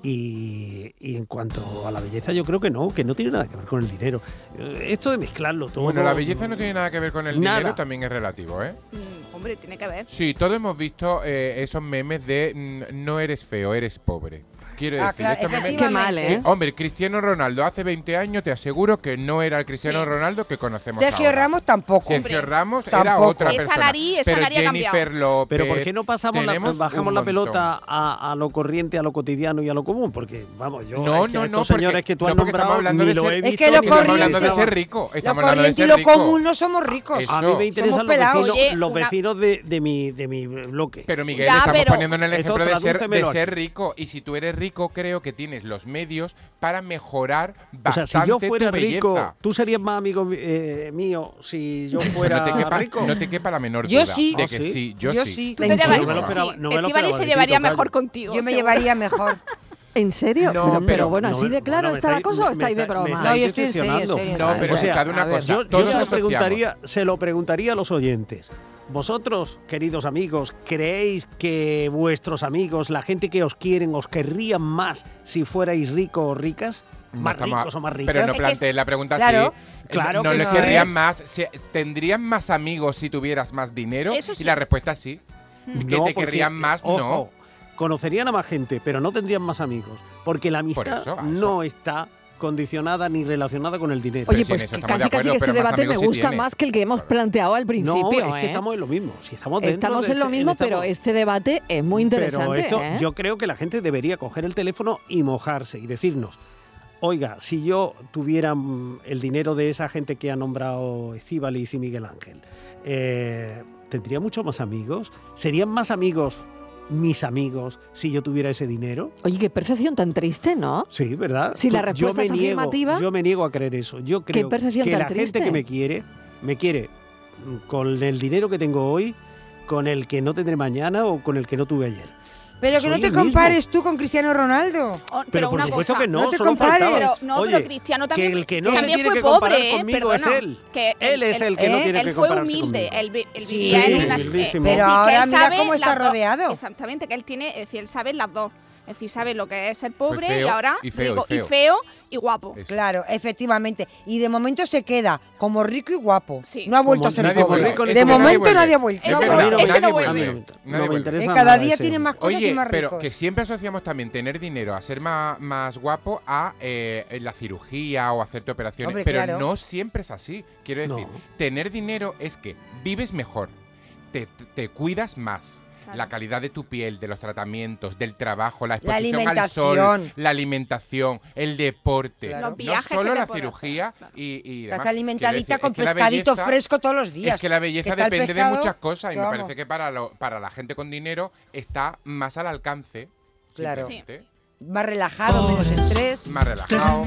Speaker 2: Y, y en cuanto a la belleza, yo creo que no, que no tiene nada que ver con el dinero. Eh, Esto de mezclarlo todo.
Speaker 4: Bueno, la belleza no tiene nada que ver con el
Speaker 2: Nada.
Speaker 4: dinero, también es relativo, ¿eh?
Speaker 5: Mm, hombre, tiene que haber.
Speaker 4: Sí, todos hemos visto eh, esos memes de mm, no eres feo, eres pobre. Quiero
Speaker 5: Ah,
Speaker 4: decir,
Speaker 5: claro,
Speaker 4: estos memes-
Speaker 5: efectivamente. Qué mal, ¿eh?
Speaker 4: Hombre, Cristiano Ronaldo hace 20 años te aseguro que no era el Cristiano
Speaker 6: Sí.
Speaker 4: Ronaldo que conocemos
Speaker 6: Sergio
Speaker 4: ahora.
Speaker 6: Ramos tampoco.
Speaker 4: Sergio
Speaker 6: Hombre,
Speaker 4: Ramos era
Speaker 6: tampoco.
Speaker 4: otra
Speaker 6: Esa
Speaker 4: persona.
Speaker 6: nariz, esa
Speaker 4: pero
Speaker 6: nariz ha cambiado.
Speaker 4: Jennifer López.
Speaker 2: Pero ¿por qué no pasamos la,
Speaker 4: tenemos
Speaker 2: bajamos
Speaker 4: un
Speaker 2: la
Speaker 4: montón.
Speaker 2: pelota a, a lo corriente, a lo cotidiano y a lo común? Porque, vamos, yo.
Speaker 4: No,
Speaker 2: es que
Speaker 4: no,
Speaker 2: a
Speaker 4: no,
Speaker 2: estos
Speaker 4: porque-
Speaker 2: señores que tú
Speaker 4: no,
Speaker 2: has
Speaker 4: porque
Speaker 2: nombrado,
Speaker 4: estamos hablando
Speaker 2: ni
Speaker 4: de
Speaker 2: lo
Speaker 4: ser-
Speaker 2: he
Speaker 4: Es
Speaker 2: visto
Speaker 4: que lo
Speaker 2: ni lo he
Speaker 4: corriente- hablando de
Speaker 2: visto.
Speaker 4: ser rico,
Speaker 6: Lo
Speaker 4: estamos hablando de
Speaker 6: corriente y
Speaker 4: ser
Speaker 6: lo
Speaker 4: rico.
Speaker 6: común no somos ricos.
Speaker 4: Eso.
Speaker 2: A mí me interesan
Speaker 6: Somos
Speaker 2: los
Speaker 6: pelados.
Speaker 2: vecinos,
Speaker 6: Oye,
Speaker 2: los
Speaker 6: una-
Speaker 2: vecinos de, de mi, de mi bloque.
Speaker 4: Pero Miguel,
Speaker 6: Ah,
Speaker 4: estamos poniendo en el ejemplo de ser, de ser rico. Y si tú eres rico, creo que tienes los medios para mejorar
Speaker 2: O
Speaker 4: bastante
Speaker 2: sea, si yo fuera
Speaker 4: tu
Speaker 2: rico,
Speaker 4: belleza.
Speaker 2: tú serías más amigo eh, mío si yo
Speaker 4: O sea,
Speaker 2: fuera
Speaker 4: no, te quepa,
Speaker 2: rico.
Speaker 4: no te quepa la menor
Speaker 6: Yo
Speaker 4: duda
Speaker 6: sí.
Speaker 4: de
Speaker 6: Ah,
Speaker 4: que
Speaker 6: sí.
Speaker 4: sí. yo,
Speaker 6: Yo
Speaker 4: sí.
Speaker 6: sí.
Speaker 4: Tú
Speaker 6: En
Speaker 4: sí.
Speaker 6: serio.
Speaker 4: No me lo esperaba,
Speaker 2: no me lo
Speaker 5: Estíbaliz se
Speaker 2: esperaba,
Speaker 5: llevaría
Speaker 2: Tito,
Speaker 5: mejor
Speaker 2: claro.
Speaker 5: contigo.
Speaker 6: Yo me
Speaker 5: seguro.
Speaker 6: llevaría mejor.
Speaker 3: [LAUGHS] ¿En serio?
Speaker 4: No,
Speaker 3: pero,
Speaker 4: pero-
Speaker 3: pero bueno,
Speaker 4: no,
Speaker 3: así de
Speaker 4: bueno,
Speaker 3: claro
Speaker 4: me
Speaker 3: está la
Speaker 4: estáis-
Speaker 3: cosa o
Speaker 4: me
Speaker 3: estáis de
Speaker 4: estáis-
Speaker 3: broma.
Speaker 4: me
Speaker 2: No, yo estoy en serio, en serio.
Speaker 4: No, pero
Speaker 2: O sea,
Speaker 4: escuchad una
Speaker 2: a ver,
Speaker 4: cosa.
Speaker 2: Yo, yo
Speaker 4: todos
Speaker 2: se, lo
Speaker 4: asociamos.
Speaker 2: preguntaría, se lo preguntaría a los oyentes. Vosotros, queridos amigos, ¿creéis que vuestros amigos, la gente que os quieren, os querrían más si fuerais ricos o ricas?
Speaker 4: No
Speaker 2: ¿Más
Speaker 4: estamos-
Speaker 2: ricos o más ricas?
Speaker 4: Pero no planteé la pregunta
Speaker 2: Claro.
Speaker 4: así.
Speaker 2: Claro
Speaker 4: no
Speaker 2: que
Speaker 4: les
Speaker 2: sí.
Speaker 4: querrían
Speaker 2: Es-
Speaker 4: más. se- ¿Tendrían más amigos si tuvieras más dinero?
Speaker 2: Eso sí. Mm.
Speaker 4: Y la respuesta es sí. Que te querrían más, no.
Speaker 2: no. Conocerían a más gente, pero no tendrían más amigos. Porque la amistad
Speaker 4: eso, a
Speaker 2: no está condicionada ni relacionada con el dinero.
Speaker 3: Oye, pues casi casi que este debate me gusta más que el que hemos planteado al principio.
Speaker 2: No, es que
Speaker 3: ¿eh?
Speaker 2: estamos en lo mismo. Si estamos, dentro
Speaker 3: Estamos
Speaker 2: de
Speaker 3: en lo
Speaker 2: este-
Speaker 3: mismo,
Speaker 2: estamos-
Speaker 3: pero este debate es muy
Speaker 2: Pero
Speaker 3: interesante.
Speaker 2: esto,
Speaker 3: ¿eh?
Speaker 2: yo creo que la gente debería coger el teléfono y mojarse y decirnos, oiga, si yo tuviera mm, el dinero de esa gente que ha nombrado Estíbaliz y Miguel Ángel, eh, ¿tendría muchos más amigos? ¿Serían más amigos mis amigos si yo tuviera ese dinero?
Speaker 3: Oye, qué percepción tan triste, ¿no?
Speaker 2: Sí, ¿verdad?
Speaker 3: Si la
Speaker 2: Yo
Speaker 3: respuesta
Speaker 2: me
Speaker 3: es
Speaker 2: niego-
Speaker 3: afirmativa-
Speaker 2: Yo me niego a creer eso. Yo creo que
Speaker 3: percepción tan
Speaker 2: la
Speaker 3: triste.
Speaker 2: gente que me quiere, me quiere mm, con el dinero que tengo hoy, con el que no tendré mañana o con el que no tuve ayer.
Speaker 6: Pero que
Speaker 2: Soy
Speaker 6: no te
Speaker 2: el mismo.
Speaker 6: compares tú con Cristiano Ronaldo.
Speaker 3: Oh,
Speaker 5: O-
Speaker 2: Pero por
Speaker 5: una
Speaker 2: supuesto
Speaker 5: cosa,
Speaker 2: que no,
Speaker 6: no te
Speaker 2: solo
Speaker 6: compares.
Speaker 2: faltaba.
Speaker 5: Pero- no, pero
Speaker 2: Oye,
Speaker 5: Cristiano también-
Speaker 2: que el que no se
Speaker 5: también
Speaker 2: tiene
Speaker 5: fue
Speaker 2: que comparar
Speaker 5: pobre, ¿eh?
Speaker 2: conmigo es
Speaker 5: Perdona,
Speaker 2: él.
Speaker 5: que
Speaker 2: él es el que no
Speaker 5: ¿eh?
Speaker 2: tiene que
Speaker 5: Él fue
Speaker 2: compararse
Speaker 5: humilde,
Speaker 2: conmigo.
Speaker 5: él, vi- él
Speaker 2: Sí,
Speaker 5: vivía en
Speaker 2: sí,
Speaker 5: unas-
Speaker 2: humildísimo.
Speaker 6: eh, Pero
Speaker 5: es decir,
Speaker 6: ahora
Speaker 5: él
Speaker 6: mira
Speaker 5: sabe
Speaker 6: cómo está
Speaker 5: las dos-
Speaker 6: rodeado.
Speaker 5: exactamente, que él tiene, es decir, él sabe las dos. Es decir, sabe lo que es ser pobre
Speaker 6: feo,
Speaker 5: y ahora
Speaker 6: y feo,
Speaker 5: rico,
Speaker 6: y
Speaker 5: y
Speaker 6: feo. Eh,
Speaker 5: feo y guapo.
Speaker 6: Claro, efectivamente. Y de momento se queda como rico y guapo. No ha vuelto
Speaker 2: Como
Speaker 6: a ser
Speaker 2: nadie
Speaker 6: pobre.
Speaker 2: vuelve. Rico ni
Speaker 6: de
Speaker 2: pobre.
Speaker 6: momento nadie
Speaker 2: Nadie
Speaker 6: ha
Speaker 2: vuelve.
Speaker 6: vuelto.
Speaker 4: Es
Speaker 2: No,
Speaker 4: verdad,
Speaker 2: no,
Speaker 4: nadie
Speaker 2: ese no
Speaker 4: vuelve,
Speaker 2: vuelve.
Speaker 4: nadie
Speaker 2: No me
Speaker 4: vuelve.
Speaker 2: interesa
Speaker 6: Eh, cada
Speaker 2: nada
Speaker 6: día
Speaker 2: ese.
Speaker 6: tiene más cosas
Speaker 4: Oye,
Speaker 6: y más
Speaker 4: pero
Speaker 6: ricos.
Speaker 4: que siempre asociamos también tener dinero a ser más, más guapo a eh, la cirugía o hacerte operaciones.
Speaker 6: Hombre,
Speaker 4: pero
Speaker 6: claro.
Speaker 4: no siempre es así. Quiero decir, tener dinero es que vives mejor, te, te cuidas más.
Speaker 6: Claro.
Speaker 4: La calidad de tu piel, de los tratamientos, del trabajo, la
Speaker 6: La
Speaker 4: exposición al sol,
Speaker 6: alimentación.
Speaker 4: la alimentación, el deporte,
Speaker 6: Claro. Los
Speaker 4: no
Speaker 6: viajes que
Speaker 4: solo
Speaker 6: te
Speaker 4: la
Speaker 6: puedes hacer,
Speaker 4: cirugía y,
Speaker 6: Estás
Speaker 4: y demás. Quiero decir,
Speaker 6: alimentadita
Speaker 4: es
Speaker 6: con
Speaker 4: que la
Speaker 6: pescadito
Speaker 4: belleza-
Speaker 6: fresco todos los días.
Speaker 4: es que la belleza
Speaker 6: ¿Qué tal
Speaker 4: depende de
Speaker 6: pescado?
Speaker 4: muchas cosas y
Speaker 6: Que
Speaker 4: me
Speaker 6: vamos.
Speaker 4: parece que para, lo- para la gente con dinero está más al alcance.
Speaker 6: Claro.
Speaker 4: simplemente.
Speaker 6: Más relajado, menos estrés.
Speaker 4: Más relajado.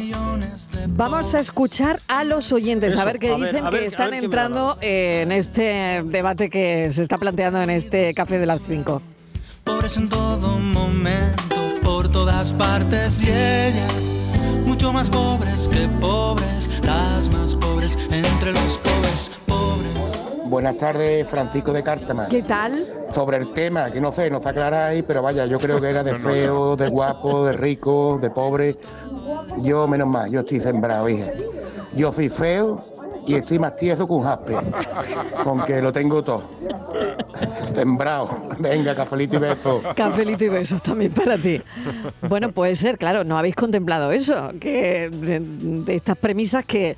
Speaker 3: Vamos a escuchar a los oyentes, a
Speaker 4: Eso,
Speaker 3: ver qué
Speaker 4: a ver,
Speaker 3: dicen,
Speaker 4: a ver,
Speaker 3: que
Speaker 4: a
Speaker 3: están
Speaker 4: ver qué me van a
Speaker 3: entrando en este debate que se está planteando en este Café de las 5.
Speaker 1: Pobres en todo momento, por todas partes y ellas, mucho más pobres que pobres, las más pobres entre los pobres, pobres.
Speaker 19: Buenas tardes, Francisco de Cártama.
Speaker 3: ¿Qué tal?
Speaker 19: Sobre el tema, que no sé, no se aclara ahí, pero vaya, yo creo que era de
Speaker 3: [LAUGHS] No, no,
Speaker 19: feo, de guapo, de rico, de pobre. Yo, menos mal, yo estoy sembrado, hija. Yo soy feo y estoy más tieso que un jaspe, con que lo tengo
Speaker 3: [LAUGHS]
Speaker 19: todo. sembrado. Venga, cafelito y beso.
Speaker 3: Cafelito y besos también para ti. Bueno, puede ser, claro, no habéis contemplado eso, que de, de estas premisas que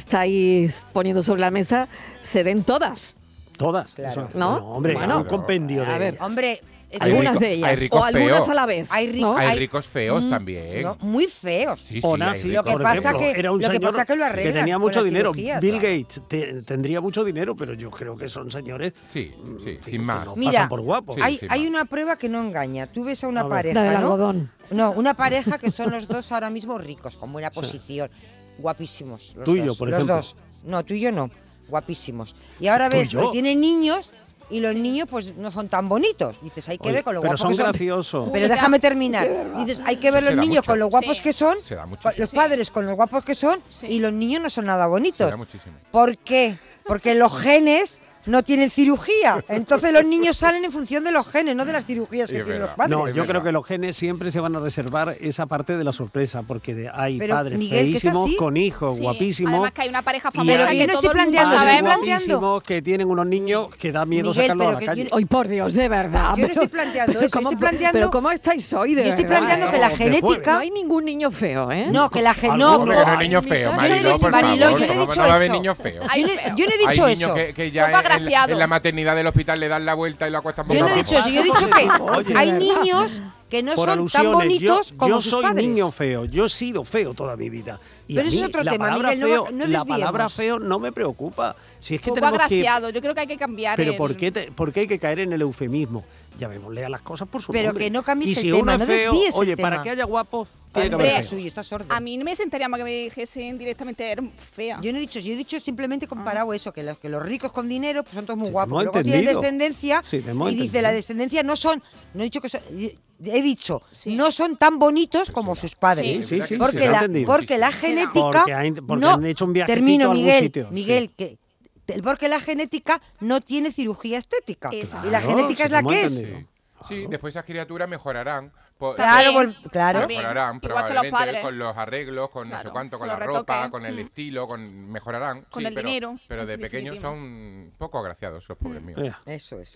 Speaker 3: estáis poniendo sobre la mesa se den todas.
Speaker 2: Todas.
Speaker 3: Claro.
Speaker 2: Eso-
Speaker 3: ¿No?
Speaker 2: bueno, hombre,
Speaker 3: Bueno.
Speaker 2: un compendio de.
Speaker 3: A ver.
Speaker 6: Hombre, es
Speaker 4: Hay
Speaker 3: algunas
Speaker 4: rico-
Speaker 3: de
Speaker 4: hay
Speaker 3: ellas,
Speaker 4: ricos
Speaker 3: o algunas
Speaker 4: feos.
Speaker 3: a la vez.
Speaker 6: Hay
Speaker 3: ¿no?
Speaker 6: ricos,
Speaker 4: Hay ricos feos también.
Speaker 6: No, muy feos.
Speaker 4: Sí, sí, hay Onassis, ricos.
Speaker 6: lo que
Speaker 4: por
Speaker 6: pasa
Speaker 4: ejemplo,
Speaker 6: que
Speaker 2: Era un
Speaker 6: lo que
Speaker 2: señor
Speaker 6: pasa que lo arreglan
Speaker 2: tenía
Speaker 6: con
Speaker 2: mucho
Speaker 6: las
Speaker 2: dinero.
Speaker 6: cirugías.
Speaker 2: Bill Gates te- tendría mucho dinero, pero yo creo que son señores. mm,
Speaker 4: Sí, sí, sin más.
Speaker 6: Mira,
Speaker 2: por guapos.
Speaker 6: hay, hay una prueba que no engaña. Tú ves a una
Speaker 2: A ver.
Speaker 6: pareja,
Speaker 2: La del
Speaker 6: ¿no?
Speaker 2: algodón.
Speaker 6: No, una pareja que son los dos ahora mismo ricos, con buena posición, guapísimos. los
Speaker 2: Tú y yo,
Speaker 6: dos,
Speaker 2: por
Speaker 6: los
Speaker 2: ejemplo.
Speaker 6: dos. No, tú y yo no, guapísimos. Y ahora
Speaker 2: Tú y
Speaker 6: ves
Speaker 2: yo.
Speaker 6: que tienen niños y los niños pues no son tan bonitos. Dices, hay que
Speaker 2: Oye,
Speaker 6: ver con lo
Speaker 2: pero
Speaker 6: guapos
Speaker 2: son
Speaker 6: que son.
Speaker 2: graciosos.
Speaker 6: Pero
Speaker 2: Ya.
Speaker 6: déjame
Speaker 2: De
Speaker 6: terminar.
Speaker 2: verdad.
Speaker 6: Dices, hay que ver
Speaker 2: Se
Speaker 6: los
Speaker 2: da
Speaker 6: niños
Speaker 2: mucho.
Speaker 6: con lo guapos
Speaker 2: Sí.
Speaker 6: que son,
Speaker 4: Se da mucho,
Speaker 6: pa-
Speaker 4: sí.
Speaker 6: los
Speaker 4: Sí.
Speaker 6: padres con los guapos que son y los niños no son nada bonitos.
Speaker 4: da muchísimo.
Speaker 6: ¿Por qué? Porque
Speaker 4: [LAUGHS]
Speaker 6: los genes no tienen cirugía. Entonces los niños salen en función de los genes, no de las cirugías que tienen los padres.
Speaker 2: No, yo creo que los genes siempre se van a reservar esa parte de la sorpresa, porque de- hay
Speaker 6: Pero,
Speaker 2: padres
Speaker 6: Miguel, que es
Speaker 2: feísimos,
Speaker 6: así.
Speaker 2: con hijos
Speaker 5: Sí,
Speaker 2: guapísimos.
Speaker 5: Además que hay una pareja
Speaker 2: y este
Speaker 5: famosa
Speaker 2: hay
Speaker 5: que
Speaker 2: padres
Speaker 5: todo el mundo sabe.
Speaker 2: guapísimos que tienen unos niños que da miedo
Speaker 6: Miguel,
Speaker 2: sacarlos a
Speaker 6: pero
Speaker 2: la
Speaker 6: que
Speaker 2: calle.
Speaker 6: yo- Ay,
Speaker 3: por Dios, de verdad.
Speaker 6: Yo no estoy planteando eso,
Speaker 3: ¿cómo,
Speaker 6: estoy planteando-
Speaker 3: pero ¿cómo estáis hoy, de
Speaker 6: Yo estoy
Speaker 3: verdad,
Speaker 6: planteando
Speaker 3: eh?
Speaker 6: que la Vamos, de jueves. genética-
Speaker 3: No hay ningún niño feo, ¿eh?
Speaker 6: No, que la gen- no,
Speaker 4: Hombre, que no hay niño feo, Mariló, por
Speaker 6: Mariló,
Speaker 4: favor.
Speaker 6: yo no he
Speaker 4: ¿cómo
Speaker 6: dicho
Speaker 4: no va
Speaker 6: eso.
Speaker 4: a haber niño feo?
Speaker 6: Yo no, yo no he dicho
Speaker 4: Hay
Speaker 6: eso.
Speaker 4: niños que, que ya
Speaker 6: Poco
Speaker 4: en- en, la-
Speaker 6: agraciado.
Speaker 4: en la maternidad del hospital le dan la vuelta y lo acuestan boca
Speaker 6: Yo no he
Speaker 4: abajo.
Speaker 6: dicho eso, yo he dicho que
Speaker 2: Oye,
Speaker 6: hay
Speaker 2: de verdad.
Speaker 6: niños que no
Speaker 2: Por
Speaker 6: son tan
Speaker 2: alusiones,
Speaker 6: bonitos
Speaker 2: yo,
Speaker 6: como
Speaker 2: yo
Speaker 6: sus
Speaker 2: soy
Speaker 6: padres.
Speaker 2: niño feo, yo he sido feo toda mi vida. Y
Speaker 6: Pero
Speaker 2: a
Speaker 6: ese
Speaker 2: mí
Speaker 6: es otro
Speaker 2: la
Speaker 6: tema,
Speaker 2: palabra
Speaker 6: Miguel, no-
Speaker 2: feo,
Speaker 6: no
Speaker 2: La
Speaker 6: desviemos.
Speaker 2: palabra feo no me preocupa. Si es que
Speaker 5: Poco
Speaker 2: tenemos que
Speaker 5: agraciado. Yo creo que hay que cambiar
Speaker 2: Pero
Speaker 5: el-
Speaker 2: ¿por qué, te- por qué hay que caer en el eufemismo? Llamémosle a las cosas por su
Speaker 6: Pero
Speaker 2: nombre.
Speaker 6: que no cambies
Speaker 2: y si
Speaker 6: el tema,
Speaker 2: uno es
Speaker 6: no
Speaker 2: feo,
Speaker 6: desvíes el
Speaker 2: Oye, para
Speaker 6: tema.
Speaker 2: que haya guapos, tiene que
Speaker 6: Hombre,
Speaker 2: haber feo.
Speaker 6: suyo, está sordo.
Speaker 5: A mí no me sentaría mal que me dijesen directamente eres fea.
Speaker 6: Yo no he dicho, yo he dicho simplemente comparado eso, que los, que los ricos con dinero pues son todos muy guapos,
Speaker 2: Ah.
Speaker 6: pero
Speaker 2: hemos
Speaker 6: luego tienen
Speaker 2: entendido.
Speaker 6: descendencia
Speaker 2: Sí, te
Speaker 6: y
Speaker 2: hemos
Speaker 6: dice
Speaker 2: entendido.
Speaker 6: la descendencia no son, no he dicho que son, y- he dicho, no son tan bonitos como sus padres.
Speaker 2: Sí, sí, sí,
Speaker 6: porque,
Speaker 2: se lo he
Speaker 6: la,
Speaker 2: entendido.
Speaker 6: porque la
Speaker 2: Sí, sí.
Speaker 6: genética
Speaker 2: Porque hay- porque
Speaker 6: no
Speaker 2: han hecho un viajecito a
Speaker 6: termino
Speaker 2: algún
Speaker 6: Miguel,
Speaker 2: sitio, sí.
Speaker 6: Miguel que te- porque la genética no tiene cirugía estética.
Speaker 5: Exacto.
Speaker 6: Y la
Speaker 4: Claro,
Speaker 6: genética
Speaker 4: sí,
Speaker 6: es la
Speaker 4: te
Speaker 6: que
Speaker 4: hemos
Speaker 6: es.
Speaker 4: entendido. Sí, después esas criaturas mejorarán. po-
Speaker 6: Claro, También, vol- claro. también.
Speaker 4: Mejorarán
Speaker 6: Igual que los
Speaker 4: probablemente
Speaker 6: padres.
Speaker 4: con los arreglos, con no sé cuánto, con
Speaker 6: con
Speaker 4: la
Speaker 6: los
Speaker 4: ropa,
Speaker 6: retoques,
Speaker 4: con el
Speaker 6: mm.
Speaker 4: estilo, con mejorarán.
Speaker 6: Con
Speaker 4: sí,
Speaker 6: el
Speaker 4: pero,
Speaker 6: dinero,
Speaker 4: Pero
Speaker 6: en
Speaker 4: de pequeños
Speaker 6: definitiva. Mm.
Speaker 4: son poco agraciados los pobres míos.
Speaker 6: Eso es.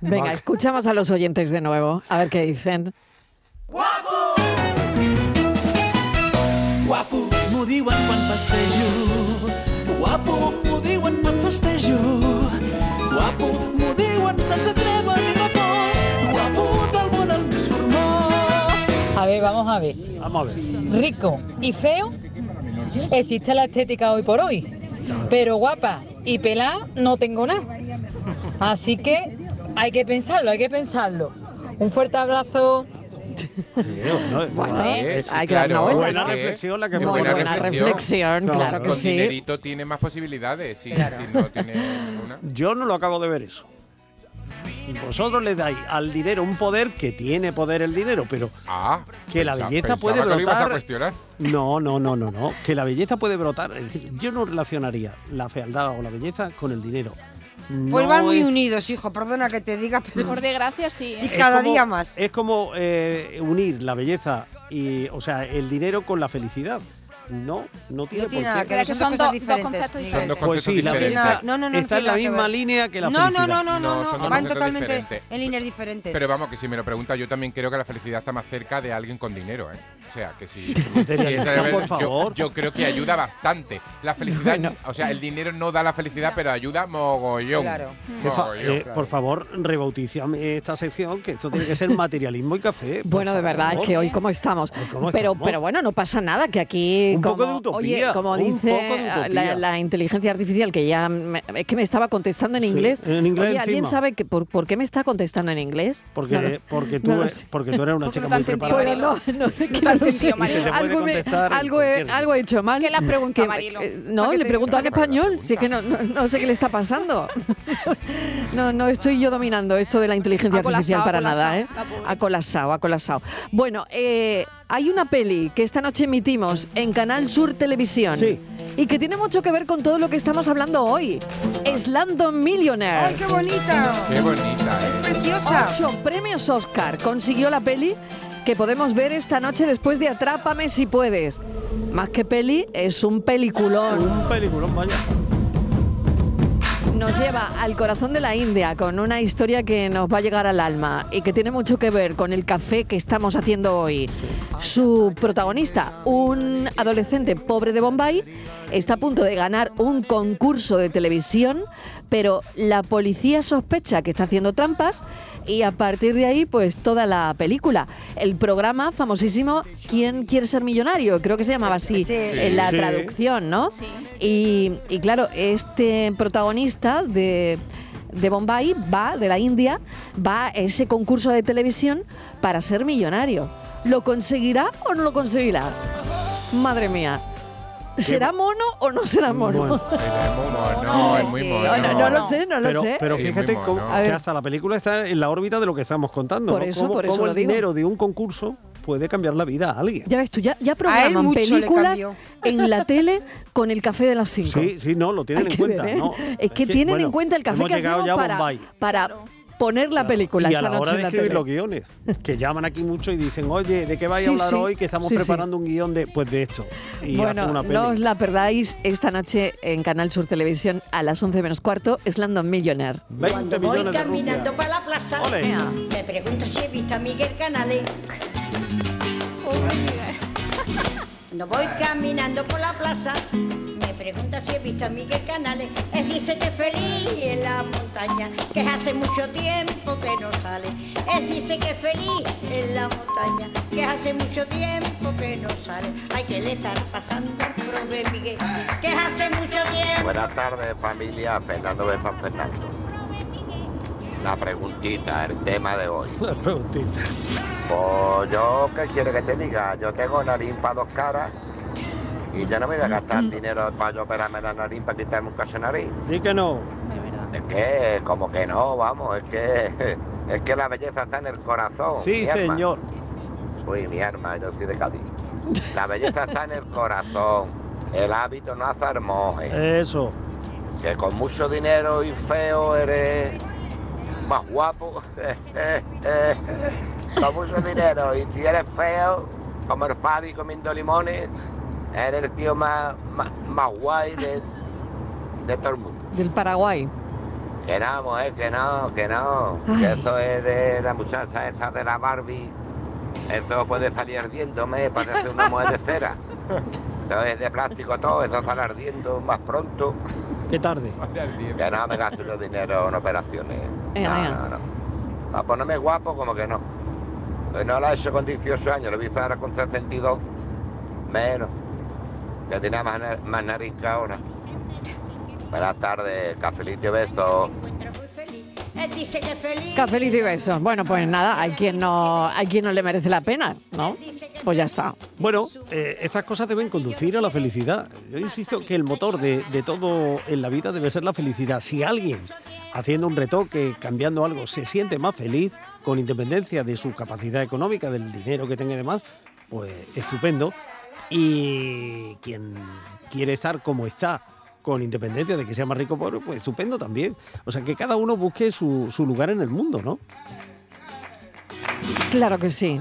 Speaker 3: Venga, escuchamos a los oyentes de nuevo, a ver qué dicen.
Speaker 1: Guapo, m'ho diuen quan passejo. Guapo, m'ho diuen quan festejo. Guapo, m'ho diuen sense treva ni repòs. Guapo, del món el més formós.
Speaker 7: A ver, vamos a ver.
Speaker 2: Vamos a ver.
Speaker 7: Rico y feo, existe la estética hoy por hoy. Pero guapa y pelada no tengo nada. Así que hay que pensarlo, hay que pensarlo. Un fuerte abrazo.
Speaker 3: Bueno,
Speaker 4: Eh, sí,
Speaker 3: hay que dar una
Speaker 4: claro,
Speaker 3: vuelta.
Speaker 4: es que- es
Speaker 3: Muy buena, reflexión, claro, que
Speaker 4: Con
Speaker 3: sí.
Speaker 4: dinerito tiene más posibilidades, sí, si no tiene ninguna.
Speaker 2: Yo no lo acabo de ver eso. Vosotros le dais al dinero un poder que tiene poder el dinero, pero que la
Speaker 4: Pensa-
Speaker 2: belleza
Speaker 4: Ah, pensaba
Speaker 2: puede
Speaker 4: que lo ibas a
Speaker 2: brotar.
Speaker 4: cuestionar.
Speaker 2: No, no, no, no, no. Que la belleza puede brotar. Es decir, yo no relacionaría la fealdad o la belleza con el dinero.
Speaker 6: Pues
Speaker 2: No
Speaker 6: van muy
Speaker 2: es-
Speaker 6: unidos, hijo, perdona que te diga, pero
Speaker 5: Por desgracia, sí.
Speaker 6: Y
Speaker 5: ¿eh?
Speaker 2: es
Speaker 6: cada
Speaker 2: como-
Speaker 6: día más.
Speaker 2: Es como eh, unir la belleza y, o sea, el dinero con la felicidad. No, no tiene,
Speaker 6: No tiene
Speaker 2: por
Speaker 6: nada
Speaker 2: qué.
Speaker 6: que ver, son, dos cosas diferentes.
Speaker 5: conceptos
Speaker 6: Miguel.
Speaker 4: Son dos
Speaker 2: Pues
Speaker 4: conceptos
Speaker 2: sí, la
Speaker 4: diferentes.
Speaker 2: belleza
Speaker 6: No, no, no,
Speaker 2: está
Speaker 6: no
Speaker 2: en la
Speaker 6: tiene nada
Speaker 2: misma
Speaker 6: que ver.
Speaker 2: línea que la
Speaker 6: no, No,
Speaker 2: felicidad.
Speaker 6: no, no, no, no,
Speaker 4: son dos
Speaker 6: van
Speaker 4: conceptos
Speaker 6: totalmente
Speaker 4: diferentes.
Speaker 6: en líneas diferentes.
Speaker 4: Pero vamos, que si me lo preguntas, yo también creo que la felicidad está más cerca de alguien con dinero, ¿eh? O sea, que
Speaker 2: [LAUGHS]
Speaker 4: si, si- si
Speaker 2: Teresa,
Speaker 4: esa-
Speaker 2: por
Speaker 4: yo-
Speaker 2: favor.
Speaker 4: Yo, creo que ayuda bastante. La felicidad, o sea, el dinero no da la felicidad, pero ayuda mogollón.
Speaker 6: Claro.
Speaker 3: Mm.
Speaker 2: Jefa,
Speaker 4: Mogollón.
Speaker 2: eh, Por favor, rebautízame esta sección, que esto tiene que ser materialismo y café. por
Speaker 3: Bueno, de verdad, es
Speaker 2: favor.
Speaker 3: que hoy cómo estamos.
Speaker 2: ¿cómo
Speaker 3: pero,
Speaker 2: estamos?
Speaker 3: pero bueno, no pasa nada, que aquí...
Speaker 2: Un
Speaker 3: como,
Speaker 2: poco de utopía,
Speaker 3: Oye, como
Speaker 2: un
Speaker 3: dice
Speaker 2: poco de utopía.
Speaker 3: La, la inteligencia artificial, que ya... me- es que me estaba contestando en
Speaker 2: Sí,
Speaker 3: inglés.
Speaker 2: en inglés
Speaker 3: Oye, ¿alguien
Speaker 2: encima.
Speaker 3: sabe que, por, por qué me está contestando en inglés?
Speaker 2: Porque,
Speaker 3: No lo-
Speaker 2: porque, tú,
Speaker 3: no lo
Speaker 2: eres-
Speaker 3: sé.
Speaker 2: porque tú eres una chica muy preparada.
Speaker 3: Bueno, no, no, es [LAUGHS] que no lo sé.
Speaker 2: Y se te puede
Speaker 3: algo, me-
Speaker 2: contestar en
Speaker 3: algo he, algo he hecho mal. ¿Qué
Speaker 5: la pregunta,
Speaker 3: preguntado
Speaker 5: Marilo?
Speaker 3: No, le pregunto en español. Si es que no, no, no sé qué le está pasando. [LAUGHS] No, no estoy yo dominando esto de la inteligencia
Speaker 5: Ha colapsado,
Speaker 3: artificial para
Speaker 5: ha colapsado,
Speaker 3: nada. ¿eh?
Speaker 5: la pobre.
Speaker 3: Ha colapsado, ha colapsado. Bueno, eh, hay una peli que esta noche emitimos en Canal Sur Televisión.
Speaker 2: Sí.
Speaker 3: Y que tiene mucho que ver con todo lo que estamos hablando hoy. Es Landon Millionaire.
Speaker 6: ¡Ay, qué bonita!
Speaker 4: Qué bonita, ¿eh?
Speaker 6: ¡Preciosa!
Speaker 3: Ocho premios Oscar consiguió la peli que podemos ver esta noche después de Atrápame si puedes. Más que peli, es un peliculón.
Speaker 2: Un peliculón, vaya.
Speaker 3: Nos lleva al corazón de la India con una historia que nos va a llegar al alma y que tiene mucho que ver con el café que estamos haciendo hoy. Su protagonista, un adolescente pobre de Bombay, está a punto de ganar un concurso de televisión, pero la policía sospecha que está haciendo trampas y a partir de ahí, pues toda la película. El programa famosísimo ¿Quién quiere ser millonario? Creo que se llamaba así
Speaker 6: Sí.
Speaker 3: en la
Speaker 6: Sí.
Speaker 3: traducción ficción, ¿no? Y, y claro, este protagonista de, de Bombay va, de la India, va a ese concurso de televisión para ser millonario. ¿Lo conseguirá o no lo conseguirá? Madre mía. ¿Será mono o no será mono?
Speaker 4: No, es muy
Speaker 3: No,
Speaker 4: mono.
Speaker 3: no, no lo sé, no lo
Speaker 2: pero,
Speaker 3: sé.
Speaker 2: Pero
Speaker 4: Sí,
Speaker 2: fíjate
Speaker 4: muy
Speaker 2: cómo-
Speaker 4: mono.
Speaker 3: A ver.
Speaker 2: que hasta la película está en la órbita de lo que estamos contando.
Speaker 3: Por
Speaker 2: ¿no?
Speaker 3: eso,
Speaker 2: cómo,
Speaker 3: por eso
Speaker 2: cómo
Speaker 3: lo
Speaker 2: el
Speaker 3: digo.
Speaker 2: dinero de un concurso puede cambiar la vida a alguien.
Speaker 3: Ya ves tú, ya, ya
Speaker 6: él
Speaker 3: [LAUGHS] programan
Speaker 6: mucho le
Speaker 3: películas
Speaker 6: cambió.
Speaker 3: en la tele con el café de las 5.
Speaker 2: Sí, sí, no, lo tienen en cuenta. ¿no?
Speaker 3: ¿eh? Es que tienen
Speaker 2: bueno,
Speaker 3: en cuenta el café
Speaker 2: hemos
Speaker 3: que
Speaker 2: llegado
Speaker 3: hacemos
Speaker 2: ya a
Speaker 3: para,
Speaker 2: Bombay.
Speaker 3: para poner la película
Speaker 2: Y a
Speaker 3: esta
Speaker 2: la
Speaker 3: noche
Speaker 2: hora
Speaker 3: en
Speaker 2: de
Speaker 3: la
Speaker 2: escribir
Speaker 3: tele.
Speaker 2: los guiones, que llaman aquí mucho y dicen, oye, ¿de qué vais a
Speaker 3: Sí,
Speaker 2: hablar
Speaker 3: sí,
Speaker 2: hoy? Que estamos
Speaker 3: sí, sí.
Speaker 2: preparando un guión de, pues, de esto. Y hacen
Speaker 3: bueno,
Speaker 2: una peli.
Speaker 3: no os la perdáis esta noche en Canal Sur Televisión a las 11 menos cuarto, es Landon Millionaire.
Speaker 2: 20
Speaker 20: Voy
Speaker 2: millones de rupias.
Speaker 20: caminando para la plaza.
Speaker 2: Ole. Ea.
Speaker 20: Me pregunto si he visto a Miguel Canales. No voy caminando por la plaza. Me pregunta si he visto a Miguel Canales. Él dice que es feliz en la montaña, que hace mucho tiempo que no sale. Él dice que es feliz en la montaña, que hace mucho tiempo que no sale. Hay que le estar pasando el prove, Miguel, que hace mucho tiempo.
Speaker 21: Buenas tardes familia, Fernando de San Fernando. La preguntita, el tema de hoy.
Speaker 2: La preguntita.
Speaker 21: Pues yo, ¿qué quiere que te diga? Yo tengo nariz para dos caras y yo no me voy a
Speaker 2: Mm-hmm.
Speaker 21: gastar dinero para yo operarme la nariz para quitarme un cacho de nariz.
Speaker 2: [LAUGHS] Di que no.
Speaker 21: Es que, como que no, vamos, es que, [LAUGHS] es que la belleza está en el corazón.
Speaker 2: Sí,
Speaker 21: Oh, mi alma.
Speaker 2: señor.
Speaker 21: Uy, mi arma, yo soy de Cádiz. La belleza está en el corazón. El hábito no hace al monje.
Speaker 2: Eso.
Speaker 21: que con mucho dinero y feo eres más guapo. [LAUGHS] con mucho dinero y si eres feo, como el Fabi comiendo limones, eres el tío más, más, más guay de, de todo el mundo.
Speaker 3: Del Paraguay.
Speaker 21: Que no, mujer, que no, que no. Que eso es de la muchacha esa de la Barbie. Eso puede salir ardiéndome, parece una mujer de cera. Eso es de plástico todo, eso sale ardiendo más pronto.
Speaker 2: Qué tarde.
Speaker 21: Que no me gasto yo dinero en operaciones.
Speaker 3: Ea,
Speaker 21: no,
Speaker 3: ea.
Speaker 21: no, no. Para ponerme guapo, como que no. Pues no lo he hecho con 18 años, lo hice ahora con 62. Menos. Que tenía más, na- más nariz que ahora. Buenas tardes, cafelito y besos.
Speaker 20: Él dice que es feliz.
Speaker 3: Cafelito y besos. Bueno, pues nada, hay quien no, hay quien no le merece la pena, ¿no? Pues ya está.
Speaker 2: Bueno, eh, estas cosas deben conducir a la felicidad. Yo insisto que el motor de, de todo en la vida debe ser la felicidad. Si alguien, haciendo un retoque, cambiando algo, se siente más feliz, con independencia de su capacidad económica, del dinero que tenga y demás, pues estupendo. Y quien quiere estar como está, con independencia de que sea más rico o pobre, pues estupendo también. O sea, que cada uno busque su, su lugar en el mundo, ¿no?
Speaker 3: Claro que sí.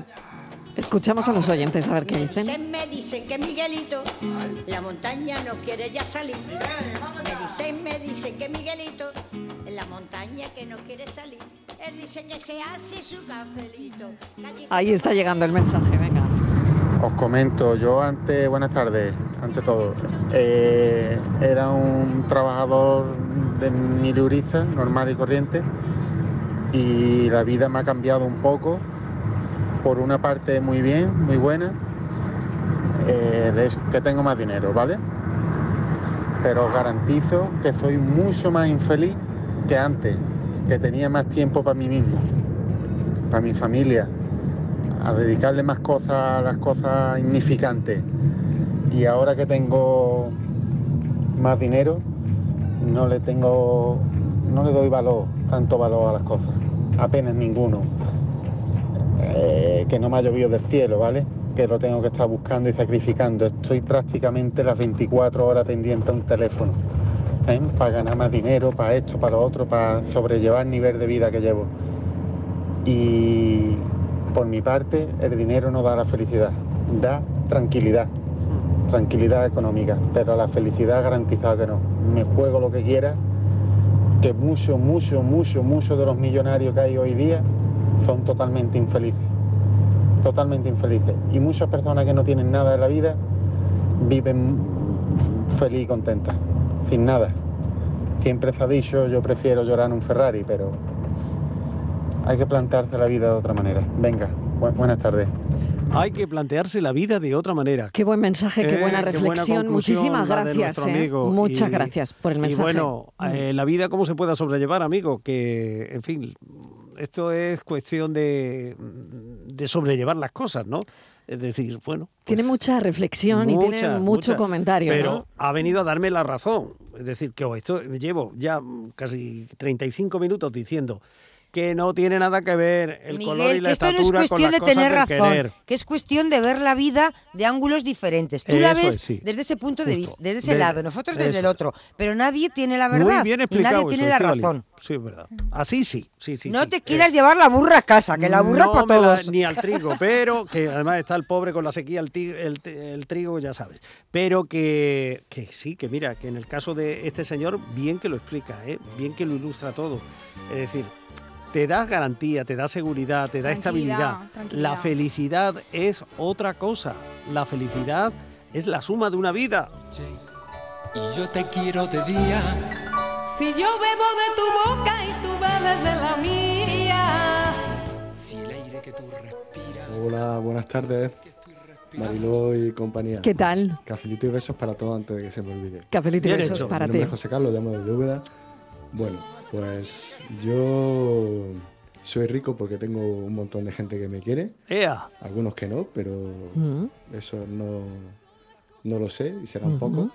Speaker 3: Escuchamos a los oyentes a ver qué
Speaker 20: Se
Speaker 3: dicen.
Speaker 20: me dicen que Miguelito, la montaña no quiere ya salir. Me dicen, me dicen que Miguelito, en la montaña que no quiere salir. Él dice que se hace su cafelito. Allí se-
Speaker 3: Ahí está llegando el mensaje, venga.
Speaker 22: Os comento, yo antes, buenas tardes, ante todo, eh, era un trabajador de milurista, normal y corriente, y la vida me ha cambiado un poco, por una parte muy bien, muy buena, eh, de eso, que tengo más dinero, ¿vale? Pero os garantizo que soy mucho más infeliz que antes, que tenía más tiempo para mí mismo, para mi familia, a dedicarle más cosas a las cosas significantes. Y ahora que tengo más dinero, no le tengo, no le doy valor, tanto valor a las cosas, apenas ninguno. Eh, que no me ha llovido del cielo, ¿vale? Que lo tengo que estar buscando y sacrificando. Estoy prácticamente las 24 horas pendiente a un teléfono, ¿eh? para ganar más dinero, para esto, para lo otro, para sobrellevar el nivel de vida que llevo. Y por mi parte, el dinero no da la felicidad, da tranquilidad, tranquilidad económica, pero la felicidad garantizada que no. Me juego lo que quiera, que muchos, muchos, muchos, muchos de los millonarios que hay hoy día son totalmente infelices, totalmente infelices. Y muchas personas que no tienen nada de la vida viven feliz y contentas, sin nada. Siempre se ha dicho, yo prefiero llorar en un Ferrari, pero hay que plantearse la vida de otra manera. Venga, bu- buenas tardes.
Speaker 2: Hay que plantearse la vida de otra manera.
Speaker 3: Qué buen mensaje, qué
Speaker 2: Eh,
Speaker 3: buena reflexión.
Speaker 2: conclusión
Speaker 3: Muchísimas
Speaker 2: la de
Speaker 3: gracias.
Speaker 2: nuestro
Speaker 3: ¿eh?
Speaker 2: amigo.
Speaker 3: Muchas
Speaker 2: Y-
Speaker 3: gracias por el mensaje. Mm.
Speaker 2: Y bueno, eh, la vida cómo se pueda sobrellevar, amigo, que en fin, esto es cuestión de, de sobrellevar las cosas, ¿no? Es decir, bueno,
Speaker 3: tiene mucha reflexión y
Speaker 2: muchas,
Speaker 3: tiene mucho
Speaker 2: muchas,
Speaker 3: comentario.
Speaker 2: pues Pero
Speaker 3: ¿no?
Speaker 2: ha venido a darme la razón. Es decir, que oh, esto llevo ya casi 35 minutos diciendo que no tiene nada que ver el color y
Speaker 6: Miguel,
Speaker 2: la
Speaker 6: que esto no es
Speaker 2: estatura con
Speaker 6: cuestión
Speaker 2: las
Speaker 6: de
Speaker 2: cosas
Speaker 6: tener
Speaker 2: del
Speaker 6: razón,
Speaker 2: querer.
Speaker 6: que es cuestión de ver la vida de ángulos diferentes. Tú
Speaker 2: Eso
Speaker 6: la ves
Speaker 2: es, sí.
Speaker 6: desde ese punto de
Speaker 2: Justo.
Speaker 6: vista, desde ese
Speaker 2: Desde-
Speaker 6: lado, nosotros desde
Speaker 2: eso
Speaker 6: el otro. Pero nadie tiene la verdad.
Speaker 2: Muy bien
Speaker 6: y
Speaker 2: explicado.
Speaker 6: nadie tiene
Speaker 2: eso,
Speaker 6: la
Speaker 2: Estíbaliz.
Speaker 6: razón.
Speaker 2: Sí, es verdad. Así sí, sí, sí. Eh,
Speaker 6: no
Speaker 2: sí.
Speaker 6: te quieras llevar la burra a casa, que la burra
Speaker 2: no
Speaker 6: para
Speaker 2: me la-
Speaker 6: todos.
Speaker 2: ni al trigo, pero que además está el pobre con la sequía, el, ti- el ti- el trigo, ya sabes. Pero que, que sí, que mira, que en el caso de este señor, bien que lo explica, ¿eh? bien que lo ilustra todo. Es decir, te da garantía, te da seguridad, te da
Speaker 5: Tranquilidad,
Speaker 2: estabilidad.
Speaker 5: tranquilidad.
Speaker 2: La felicidad es otra cosa. La felicidad es la suma de una vida.
Speaker 23: Y yo te quiero de día.
Speaker 24: Si yo bebo de tu boca y tú bebes de la mía. Si el aire que tú
Speaker 25: Hola, buenas tardes. Mariló y compañía.
Speaker 3: ¿Qué tal?
Speaker 25: Cafelito y besos para todos antes de que se me olvide.
Speaker 3: Cafelito y Bien besos hecho. para
Speaker 25: Mi nombre
Speaker 3: ti.
Speaker 25: es José Carlos, llamo desde Úbeda. Bueno, pues yo soy rico porque tengo un montón de gente que me quiere.
Speaker 2: ¡Ea!
Speaker 25: Algunos que no, pero
Speaker 3: Mm.
Speaker 25: eso no, no lo sé y serán
Speaker 3: Ujú.
Speaker 25: pocos.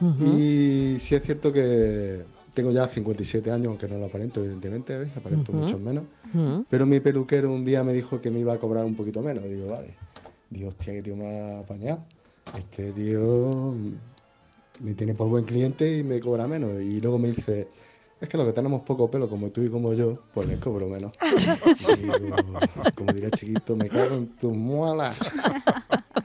Speaker 3: Ujú.
Speaker 25: Y sí es cierto que tengo ya 57 años, aunque no lo aparento, evidentemente, ¿ves? aparento
Speaker 3: Ujú.
Speaker 25: muchos menos.
Speaker 3: Mm.
Speaker 25: Pero mi peluquero un día me dijo que me iba a cobrar un poquito menos. Digo, vale. Digo, hostia, que tío me ha apañado. Este tío me tiene por buen cliente y me cobra menos. Y luego me dice, es que los que tenemos poco pelo, como tú y como yo, pues les cobro [LAUGHS] menos. Y digo, como diría chiquito, me cago en
Speaker 2: [LAUGHS]
Speaker 25: tus muelas.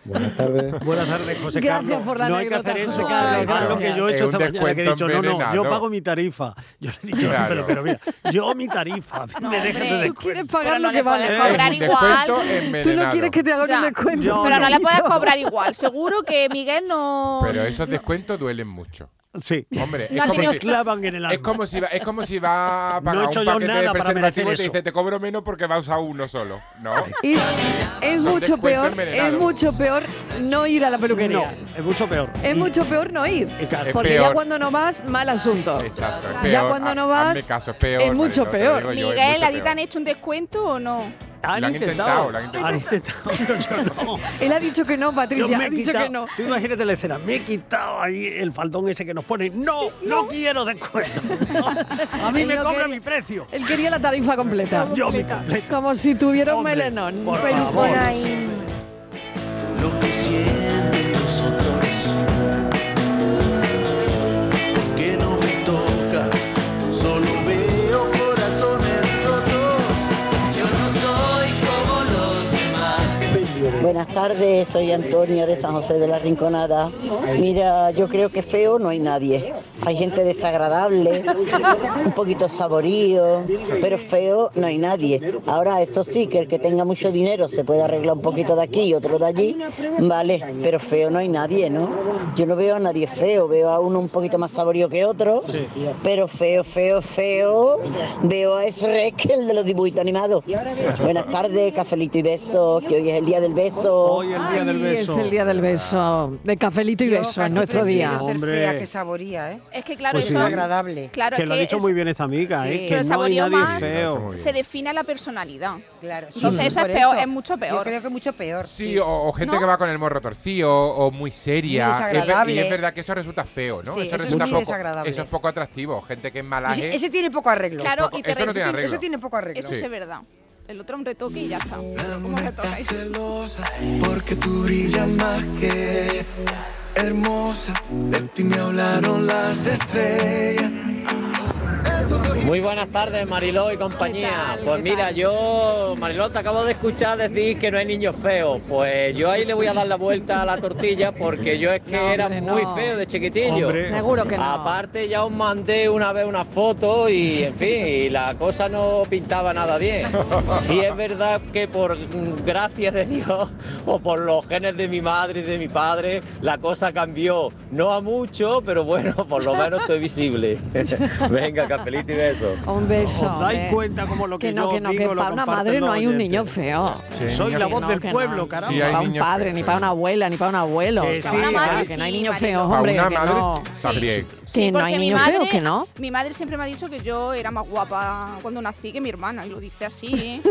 Speaker 25: Buenas tardes.
Speaker 2: Buenas tardes, José
Speaker 25: Gracias
Speaker 2: Carlos.
Speaker 25: por la
Speaker 2: no hay que
Speaker 25: anécdota,
Speaker 2: hacer
Speaker 25: José
Speaker 2: eso.
Speaker 25: Carlos.
Speaker 2: Es lo que yo he
Speaker 25: Es
Speaker 2: hecho
Speaker 25: un
Speaker 2: esta mañana, que he
Speaker 25: descuento
Speaker 2: dicho, no, no, yo
Speaker 25: envenenado.
Speaker 2: pago mi tarifa. Yo le he dicho,
Speaker 25: Claro.
Speaker 2: pero, pero mira, yo mi tarifa. [LAUGHS] me dejan de
Speaker 5: hombre,
Speaker 3: tú quieres
Speaker 2: descuento.
Speaker 3: pagar
Speaker 5: Pero no
Speaker 3: lo
Speaker 5: le
Speaker 3: que vale.
Speaker 5: puedes cobrar
Speaker 2: Un descuento
Speaker 5: igual.
Speaker 3: Tú no
Speaker 4: envenenado.
Speaker 3: quieres que te hagan
Speaker 5: Ya,
Speaker 3: un descuento.
Speaker 5: pero no le puedes
Speaker 3: Manolito.
Speaker 5: cobrar igual. Seguro que Miguel no.
Speaker 4: Pero esos descuentos duelen mucho.
Speaker 2: Sí.
Speaker 4: Hombre,
Speaker 5: No,
Speaker 4: es como
Speaker 5: señor.
Speaker 4: si,
Speaker 2: clavan en el
Speaker 4: Es como si va, es como
Speaker 2: [LAUGHS]
Speaker 4: si va
Speaker 2: No
Speaker 4: a
Speaker 2: he
Speaker 4: pagar
Speaker 2: hecho
Speaker 4: un
Speaker 2: yo
Speaker 4: paquete de
Speaker 2: nada para
Speaker 4: preservativo
Speaker 2: merecer
Speaker 4: y te dice,
Speaker 2: eso.
Speaker 4: te cobro menos porque vas a usar uno solo.
Speaker 2: [LAUGHS]
Speaker 4: No.
Speaker 3: Y es mucho
Speaker 4: Son descuentos
Speaker 3: peor, es
Speaker 4: envenenados.
Speaker 3: mucho peor no ir a la
Speaker 2: No,
Speaker 3: peluquería.
Speaker 2: es mucho peor.
Speaker 3: Es
Speaker 2: Y-
Speaker 3: mucho peor no ir.
Speaker 2: eh, claro,
Speaker 3: Porque
Speaker 4: peor.
Speaker 3: ya cuando no vas, mal asunto.
Speaker 4: Exacto, es
Speaker 3: ya
Speaker 4: peor.
Speaker 3: cuando
Speaker 4: Ha-
Speaker 3: no vas,
Speaker 4: hazme caso, es peor,
Speaker 3: mucho
Speaker 4: Mariló, te
Speaker 3: peor.
Speaker 4: lo digo yo, es
Speaker 5: Miguel,
Speaker 4: mucho
Speaker 5: ¿a ti te
Speaker 4: peor.
Speaker 5: han hecho un descuento o no?
Speaker 2: han,
Speaker 4: Lo han
Speaker 2: intentado,
Speaker 4: intentado, lo han intentado.
Speaker 2: han intentado. [LAUGHS]
Speaker 5: [LAUGHS]
Speaker 3: él ha dicho que no,
Speaker 2: Yo
Speaker 3: Patricia.
Speaker 2: me
Speaker 3: Ha
Speaker 2: he
Speaker 3: dicho
Speaker 2: quitado-
Speaker 3: que no.
Speaker 2: Tú imagínate la escena, me he quitado ahí el faldón ese que nos pone. No, no, quiero descuento.
Speaker 4: eh.
Speaker 2: No, a mí
Speaker 3: Él
Speaker 2: me
Speaker 3: no
Speaker 2: cobra
Speaker 3: quería-
Speaker 2: mi precio.
Speaker 3: Él quería la tarifa completa.
Speaker 2: Yo mi completa.
Speaker 3: Como si tuviera un melenón.
Speaker 2: por Pelucón favor.
Speaker 6: ahí.
Speaker 1: lo que sienten los otros. ¿Por qué no me toca? Solo veo corazones rotos. Yo no soy como los demás.
Speaker 26: Buenas tardes, soy Antonia de San José de la Rinconada. Mira, yo creo que feo no hay nadie. Hay gente desagradable, un poquito saborío, pero feo no hay nadie. Ahora, eso sí, que el que tenga mucho dinero se puede arreglar un poquito de aquí y otro de allí, vale, pero feo no hay nadie, ¿no? Yo no veo a nadie feo, veo a uno un poquito más saborío que otro, pero feo, feo, feo, veo a ese que el de los dibujitos animados. Buenas tardes, cafelito y beso, que hoy es el día del beso. Hoy
Speaker 2: el día
Speaker 3: Y es el día del beso, de cafelito y beso, es nuestro día.
Speaker 6: ser fea que saboría, ¿eh?
Speaker 5: Es que claro,
Speaker 2: Pues
Speaker 5: eso
Speaker 2: sí.
Speaker 6: Desagradable.
Speaker 5: Claro,
Speaker 2: que lo ha
Speaker 5: que
Speaker 2: dicho
Speaker 5: es-
Speaker 2: muy bien esta amiga,
Speaker 5: Sí.
Speaker 2: ¿eh?
Speaker 5: Pero
Speaker 2: que
Speaker 5: el
Speaker 2: no hay
Speaker 5: saborío
Speaker 2: nadie
Speaker 5: más
Speaker 2: feo.
Speaker 5: se define la personalidad.
Speaker 6: Claro, sí,
Speaker 5: Entonces
Speaker 6: sí,
Speaker 5: eso
Speaker 6: por
Speaker 5: es peor,
Speaker 6: eso.
Speaker 5: es mucho peor.
Speaker 6: Yo creo que mucho peor.
Speaker 4: Sí, O, o gente que va con el morro torcido o muy seria.
Speaker 6: Muy
Speaker 4: Es ver- y
Speaker 6: desagradable.
Speaker 4: es verdad que eso resulta feo, ¿no?
Speaker 6: Sí, eso es
Speaker 4: resulta
Speaker 6: muy
Speaker 4: poco,
Speaker 6: desagradable.
Speaker 4: Eso es poco atractivo. Gente que es
Speaker 6: Ese, [LAUGHS]
Speaker 4: malaje.
Speaker 6: ese tiene poco arreglo.
Speaker 5: Claro,
Speaker 4: Poco-
Speaker 5: y te
Speaker 4: eso no tiene
Speaker 5: retiene-
Speaker 4: arreglo.
Speaker 5: eso tiene
Speaker 6: poco arreglo.
Speaker 5: Eso sí es verdad. El otro un retoque y ya está. ¿Cómo retocáis?
Speaker 24: Porque tú brillas más que hermosa. De ti me hablaron las estrellas.
Speaker 27: Muy buenas tardes, Mariló y compañía. Pues mira, yo, Mariló, te acabo de escuchar decir que no hay niños feos. Pues yo ahí le voy a dar la vuelta a la tortilla porque yo es que
Speaker 24: No,
Speaker 27: era
Speaker 24: hombre,
Speaker 27: muy
Speaker 24: no.
Speaker 27: feo de chiquitillo.
Speaker 24: Hombre. Seguro que no.
Speaker 27: Aparte, ya os mandé una vez una foto y, en fin, y la cosa no pintaba nada bien. Sí es verdad que por mm, gracias de Dios [LAUGHS] o por los genes de mi madre y de mi padre, la cosa [LAUGHS] cambió. No a mucho, pero bueno, por lo menos estoy visible. [LAUGHS] Venga, capelito y beso. beso.
Speaker 3: Un beso.
Speaker 2: ¿Os dais
Speaker 3: hombre.
Speaker 2: cuenta como
Speaker 3: [LAUGHS]
Speaker 2: lo que,
Speaker 3: no,
Speaker 2: yo
Speaker 3: que no,
Speaker 2: digo
Speaker 3: que
Speaker 2: lo
Speaker 3: para una
Speaker 2: comparten
Speaker 3: madre no
Speaker 2: los
Speaker 3: hay un
Speaker 2: oyentes?
Speaker 3: niño feo.
Speaker 2: Sí, Soy niño la feo. voz del
Speaker 3: que
Speaker 2: pueblo, caramba.
Speaker 3: Ni
Speaker 2: Sí, hay
Speaker 3: para un
Speaker 2: niños
Speaker 3: padre,
Speaker 2: feos.
Speaker 3: ni para una abuela, ni para un abuelo.
Speaker 2: Que
Speaker 3: para
Speaker 2: sí,
Speaker 3: una madre,
Speaker 2: Marilo.
Speaker 3: que no hay
Speaker 2: Sí,
Speaker 3: niños
Speaker 2: Marilo.
Speaker 3: feos,
Speaker 4: A
Speaker 3: hombre.
Speaker 4: una
Speaker 3: que
Speaker 4: madre
Speaker 3: no.
Speaker 4: también.
Speaker 3: Que no hay
Speaker 5: porque mi
Speaker 3: niños
Speaker 5: madre,
Speaker 3: feos, que no.
Speaker 5: mi madre siempre me ha dicho que yo era más guapa cuando nací que mi hermana, y lo dice
Speaker 3: [LAUGHS]
Speaker 5: así.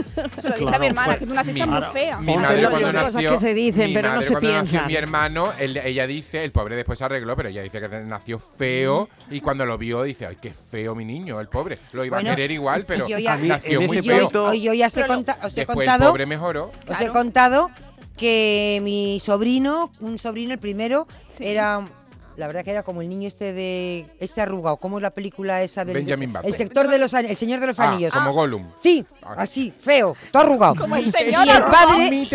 Speaker 5: Se lo dice a
Speaker 4: Claro,
Speaker 5: mi hermana,
Speaker 4: pues,
Speaker 5: que tú naciste
Speaker 4: mi-
Speaker 5: muy
Speaker 4: ahora,
Speaker 5: fea.
Speaker 4: Mi
Speaker 3: Ponte
Speaker 4: madre
Speaker 3: lo
Speaker 4: cuando
Speaker 3: que-
Speaker 4: nació,
Speaker 3: cosas que se dicen,
Speaker 4: mi
Speaker 3: pero no
Speaker 4: madre
Speaker 3: se
Speaker 4: cuando nació
Speaker 3: piensan.
Speaker 4: mi hermano, él- ella dice, el pobre después se arregló, pero ella dice que nació feo y cuando lo vio dice, ay, qué feo mi niño, el pobre. Lo iba
Speaker 6: Bueno,
Speaker 4: a querer igual, pero
Speaker 6: yo ya-
Speaker 4: nació muy
Speaker 6: yo-
Speaker 4: feo.
Speaker 6: hoy- hoy ya os he conta- os he
Speaker 4: Después el
Speaker 6: contado
Speaker 4: pobre mejoró.
Speaker 6: Os he contado que mi sobrino, un sobrino, el primero, era. La verdad que era como el niño este de. Este arrugado, como la película esa del.
Speaker 4: Benjamin Button.
Speaker 6: El sector de los an- El señor de los
Speaker 4: Ah,
Speaker 6: anillos.
Speaker 4: como Gollum. Ah.
Speaker 6: Sí, así, feo, todo arrugado.
Speaker 4: Como el señor
Speaker 6: y el
Speaker 4: arrugado.
Speaker 6: padre.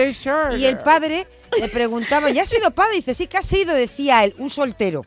Speaker 6: Y el padre le preguntaba, ¿ya has sido padre? dice, sí, ¿qué has sido? Decía él, un soltero.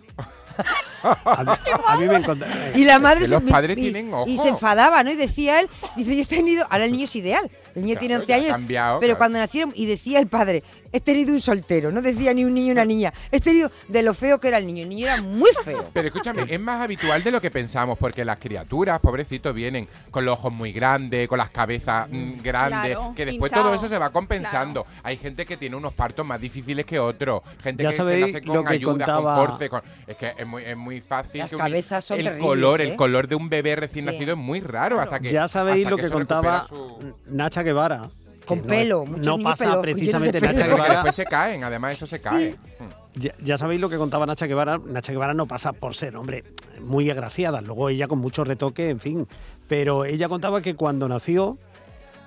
Speaker 2: A mí, a mí me encanta.
Speaker 6: Y la madre
Speaker 2: Es que
Speaker 6: se,
Speaker 2: los padres
Speaker 6: y-
Speaker 2: tienen
Speaker 6: y
Speaker 2: ojo.
Speaker 6: se enfadaba, ¿no? Y decía él, dice, yo he tenido, ahora el niño es ideal, el niño
Speaker 4: Claro,
Speaker 6: tiene 11
Speaker 4: ya ha
Speaker 6: años,
Speaker 4: cambiado,
Speaker 6: pero
Speaker 4: claro.
Speaker 6: cuando nacieron, y decía el padre, he tenido un soltero, no decía ni un niño ni una niña, he tenido de lo feo que era el niño, el niño era muy feo.
Speaker 4: Pero escúchame, es más habitual de lo que pensamos, porque las criaturas, pobrecitos, vienen con los ojos muy grandes, con las cabezas mm, grandes,
Speaker 6: Claro,
Speaker 4: que después
Speaker 6: hinchado.
Speaker 4: todo eso se va compensando. Hay gente que tiene unos partos más difíciles que otros, gente
Speaker 2: Ya
Speaker 4: que, que
Speaker 2: sabéis
Speaker 4: nace con
Speaker 2: lo que
Speaker 4: ayuda,
Speaker 2: contaba-
Speaker 4: con force, con- es que es muy, es muy fácil.
Speaker 6: Las
Speaker 4: que
Speaker 6: cabezas son
Speaker 4: el
Speaker 6: terribles,
Speaker 4: color,
Speaker 6: ¿eh?
Speaker 4: el color de un bebé recién
Speaker 6: Sí. Mm,
Speaker 4: nacido es muy raro hasta que
Speaker 2: ya sabéis
Speaker 4: hasta
Speaker 2: lo que,
Speaker 4: eso
Speaker 2: contaba
Speaker 4: recupera su-
Speaker 2: Nacha Guevara. Con
Speaker 6: pelo, muchos
Speaker 2: No
Speaker 6: niños
Speaker 2: pasa
Speaker 6: pelo-
Speaker 2: precisamente
Speaker 4: llenos de
Speaker 2: Nacha
Speaker 4: pelo. Porque
Speaker 2: Guevara.
Speaker 4: después Pues se caen, además eso se cae.
Speaker 28: Hmm.
Speaker 2: Ya, ya sabéis lo que contaba Nacha Guevara. Nacha Guevara no pasa por ser, hombre, muy agraciada. Luego ella con mucho retoque, en fin. Pero ella contaba que cuando nació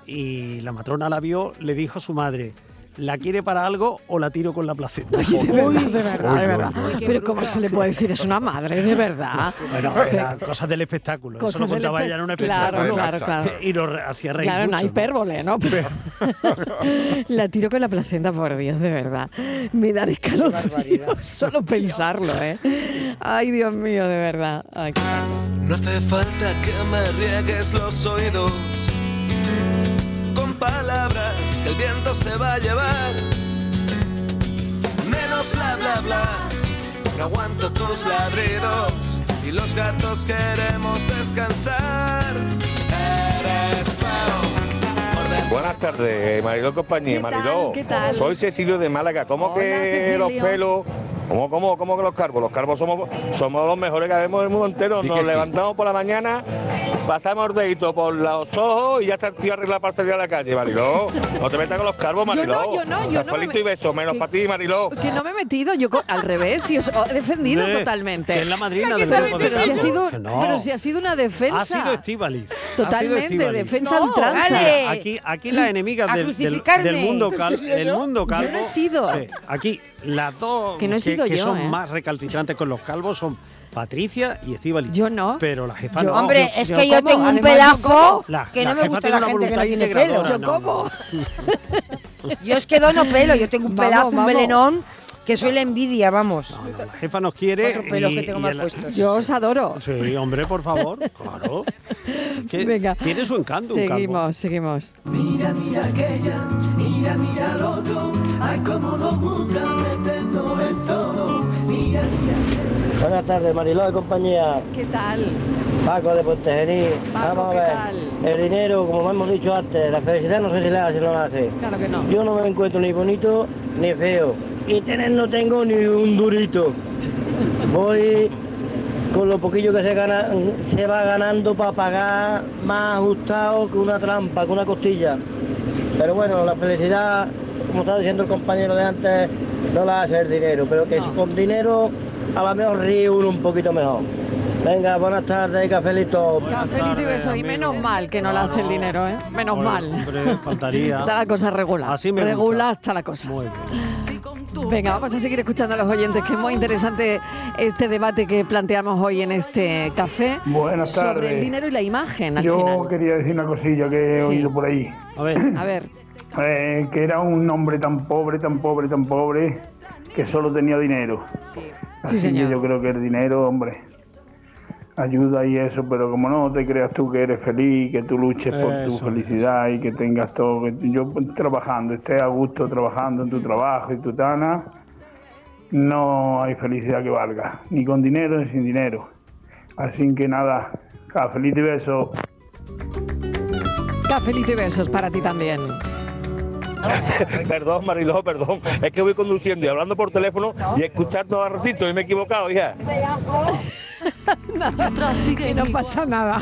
Speaker 2: y la matrona la vio, le dijo a su madre. ¿La quiere para algo o la tiro con la placenta?
Speaker 3: De verdad, de verdad, de verdad. Pero ¿cómo se le puede decir? Es una madre, de verdad.
Speaker 2: Bueno, era cosas del espectáculo.
Speaker 3: Cosas
Speaker 2: Eso lo
Speaker 3: del
Speaker 2: contaba
Speaker 3: espe-
Speaker 2: ella en un
Speaker 3: claro,
Speaker 2: espectáculo.
Speaker 3: claro, claro.
Speaker 2: Y lo re- hacía reír
Speaker 3: Claro, no
Speaker 2: mucho,
Speaker 3: hay hipérbole, ¿no? Pero [LAUGHS] la tiro con la placenta, por Dios, de verdad. Me dan escalofríos [LAUGHS] solo pensarlo, ¿eh? Ay, Dios mío, de verdad. Ay, qué barbaridad.
Speaker 1: No hace falta que me riegues los oídos con palabras que el viento se va a llevar. Menos bla bla bla, no aguanto tus ladridos y los gatos queremos descansar. Eres feo, por dentro
Speaker 29: Buenas tardes, Mariló y compañía.
Speaker 1: ¿Qué tal?
Speaker 29: Mariló,
Speaker 1: ¿Qué tal?
Speaker 29: soy Cecilio de Málaga. ¿Cómo que
Speaker 1: Cecilio.
Speaker 29: los pelos? ¿Cómo, cómo, cómo que los carvos? Los carvos somos, somos los mejores que habemos del mundo entero.
Speaker 28: Di
Speaker 29: Nos
Speaker 28: que sí.
Speaker 29: levantamos por la mañana, pasamos el dedito por los ojos y ya está el tío arregla para salir a la calle, Mariló. No te metas con los carvos,
Speaker 3: Yo no,
Speaker 29: Mariló.
Speaker 3: yo no, yo no me
Speaker 29: Cafelito y beso, menos
Speaker 3: que-
Speaker 29: para ti, Mariló.
Speaker 3: Que no me he metido, yo co- al revés, y os os he defendido
Speaker 29: Hombre,
Speaker 3: totalmente.
Speaker 29: que es la madrina
Speaker 3: Pero
Speaker 29: del
Speaker 3: si ha-
Speaker 29: grupo de
Speaker 3: pero si ha
Speaker 29: Salvo.
Speaker 3: sido,
Speaker 29: Que no.
Speaker 3: pero si ha sido una defensa.
Speaker 2: Ha sido Estivali.
Speaker 3: Totalmente, defensa No, ultranza. dale.
Speaker 2: Aquí, aquí las enemigas
Speaker 3: A
Speaker 2: del, del-
Speaker 3: crucificarme.
Speaker 2: del mundo
Speaker 3: ¿Pero
Speaker 2: calvo.
Speaker 3: si he sido
Speaker 2: El
Speaker 3: yo?
Speaker 2: mundo
Speaker 3: Yo
Speaker 2: calvo.
Speaker 3: no he sido.
Speaker 2: sí, aquí las dos
Speaker 3: Que no he sido yo,
Speaker 2: son
Speaker 3: ¿eh?
Speaker 2: más recalcitrantes con los calvos son Patricia y Estivali.
Speaker 3: Yo no.
Speaker 2: Pero la jefa
Speaker 3: Yo-
Speaker 2: no.
Speaker 3: Hombre, es que yo tengo un pelazo
Speaker 6: que no me
Speaker 2: jefa
Speaker 6: gusta la
Speaker 2: tiene una
Speaker 6: gente que no
Speaker 2: voluntad
Speaker 6: tiene pelo.
Speaker 2: integradora,
Speaker 6: Yo
Speaker 2: no,
Speaker 3: como.
Speaker 6: [LAUGHS] Yo es que dono pelo, yo tengo un
Speaker 2: Vamos,
Speaker 6: pelazo, un
Speaker 2: vamos.
Speaker 6: melenón, que soy la envidia, vamos.
Speaker 2: La jefa nos quiere.
Speaker 6: Cuatro pelos que tengo mal
Speaker 2: el-
Speaker 6: puestos.
Speaker 3: Yo os adoro.
Speaker 2: Sí, hombre, por favor.
Speaker 3: [LAUGHS]
Speaker 2: Claro. Es que
Speaker 3: Venga.
Speaker 2: Tiene su encanto un calvo.
Speaker 3: Seguimos, seguimos.
Speaker 1: Mira, mira aquella, mira, mira al otro, ay cómo nos gusta meternos en todo. Mira, mira.
Speaker 28: Buenas tardes, Mariló y compañía.
Speaker 3: ¿Qué tal?
Speaker 28: Paco de Puertejerí. Vamos a
Speaker 3: ¿qué
Speaker 28: ver.
Speaker 3: tal?
Speaker 28: El dinero, como hemos dicho antes, la felicidad no sé si la hace o no la hace.
Speaker 3: Claro que no.
Speaker 28: Yo no me encuentro ni bonito ni feo. Y tener no tengo ni un durito. Voy con lo poquillo que se gana, se va ganando para pagar más ajustado que una trampa, que una costilla. Pero bueno, la felicidad, como estaba diciendo el compañero de antes, no la hace el dinero, pero que si con dinero a lo mejor ríe uno un poquito mejor. Venga, buenas tardes, cafelito.
Speaker 3: Cafelito y beso. Y menos mal que no la hace el dinero, ¿eh? Menos mal.
Speaker 2: Hombre,
Speaker 3: [LAUGHS]
Speaker 2: faltaría.
Speaker 3: Está la cosa regular.
Speaker 2: Así me gusta.
Speaker 3: regular está la cosa. Venga, vamos a seguir escuchando a los oyentes, que es muy interesante este debate que planteamos hoy en este café.
Speaker 30: Buenas
Speaker 3: Sobre
Speaker 30: tardes.
Speaker 3: el dinero y la imagen, al
Speaker 30: Yo
Speaker 3: final.
Speaker 30: quería decir una cosilla que he
Speaker 3: Sí.
Speaker 30: oído por ahí. Eh,
Speaker 2: A
Speaker 30: [CLEARS THROAT]
Speaker 2: ver.
Speaker 3: A ver,
Speaker 30: que era un hombre tan pobre, tan pobre, tan pobre, que solo tenía dinero. Así que yo creo que el dinero, hombre, ayuda y eso, pero como no te creas tú que eres feliz, que tú luches por tu
Speaker 28: Eso es.
Speaker 30: felicidad y que tengas todo, que yo trabajando, estés a gusto trabajando en tu trabajo y tu tana, no hay felicidad que valga, ni con dinero ni sin dinero. Así que nada, Cafelito y beso.
Speaker 3: Cafelito y besos para ti también.
Speaker 29: [LAUGHS] perdón, Mariló, perdón. Es que voy conduciendo y hablando por teléfono y escuchar todo el ratito y me he equivocado, hija.
Speaker 3: Que [LAUGHS] no pasa nada.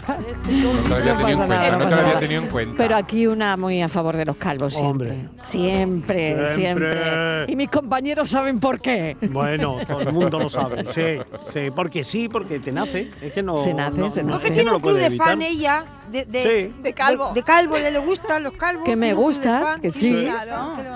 Speaker 4: No te lo había
Speaker 3: No
Speaker 4: tenido
Speaker 3: pasa
Speaker 4: en cuenta,
Speaker 3: nada, no
Speaker 4: no te
Speaker 3: pasa
Speaker 4: lo había
Speaker 3: nada.
Speaker 4: tenido en cuenta.
Speaker 3: Pero aquí una muy a favor de los calvos siempre. Siempre, siempre.
Speaker 2: Siempre.
Speaker 3: Y mis compañeros saben por qué.
Speaker 2: Bueno, todo el mundo lo sabe. Sí, sí, porque sí, porque te nace. Es que no.
Speaker 3: Se nace,
Speaker 2: no-
Speaker 3: se
Speaker 2: no-
Speaker 3: nace.
Speaker 2: es que
Speaker 6: Tiene
Speaker 2: no
Speaker 6: un
Speaker 2: lo
Speaker 6: club
Speaker 2: puede
Speaker 6: de
Speaker 2: evitar.
Speaker 6: fan ella, de, de,
Speaker 2: Sí.
Speaker 6: de calvo. De, calvo, le, le gustan los calvos.
Speaker 3: Que me
Speaker 6: tiene un club de
Speaker 3: gusta,
Speaker 6: fan.
Speaker 3: que sí.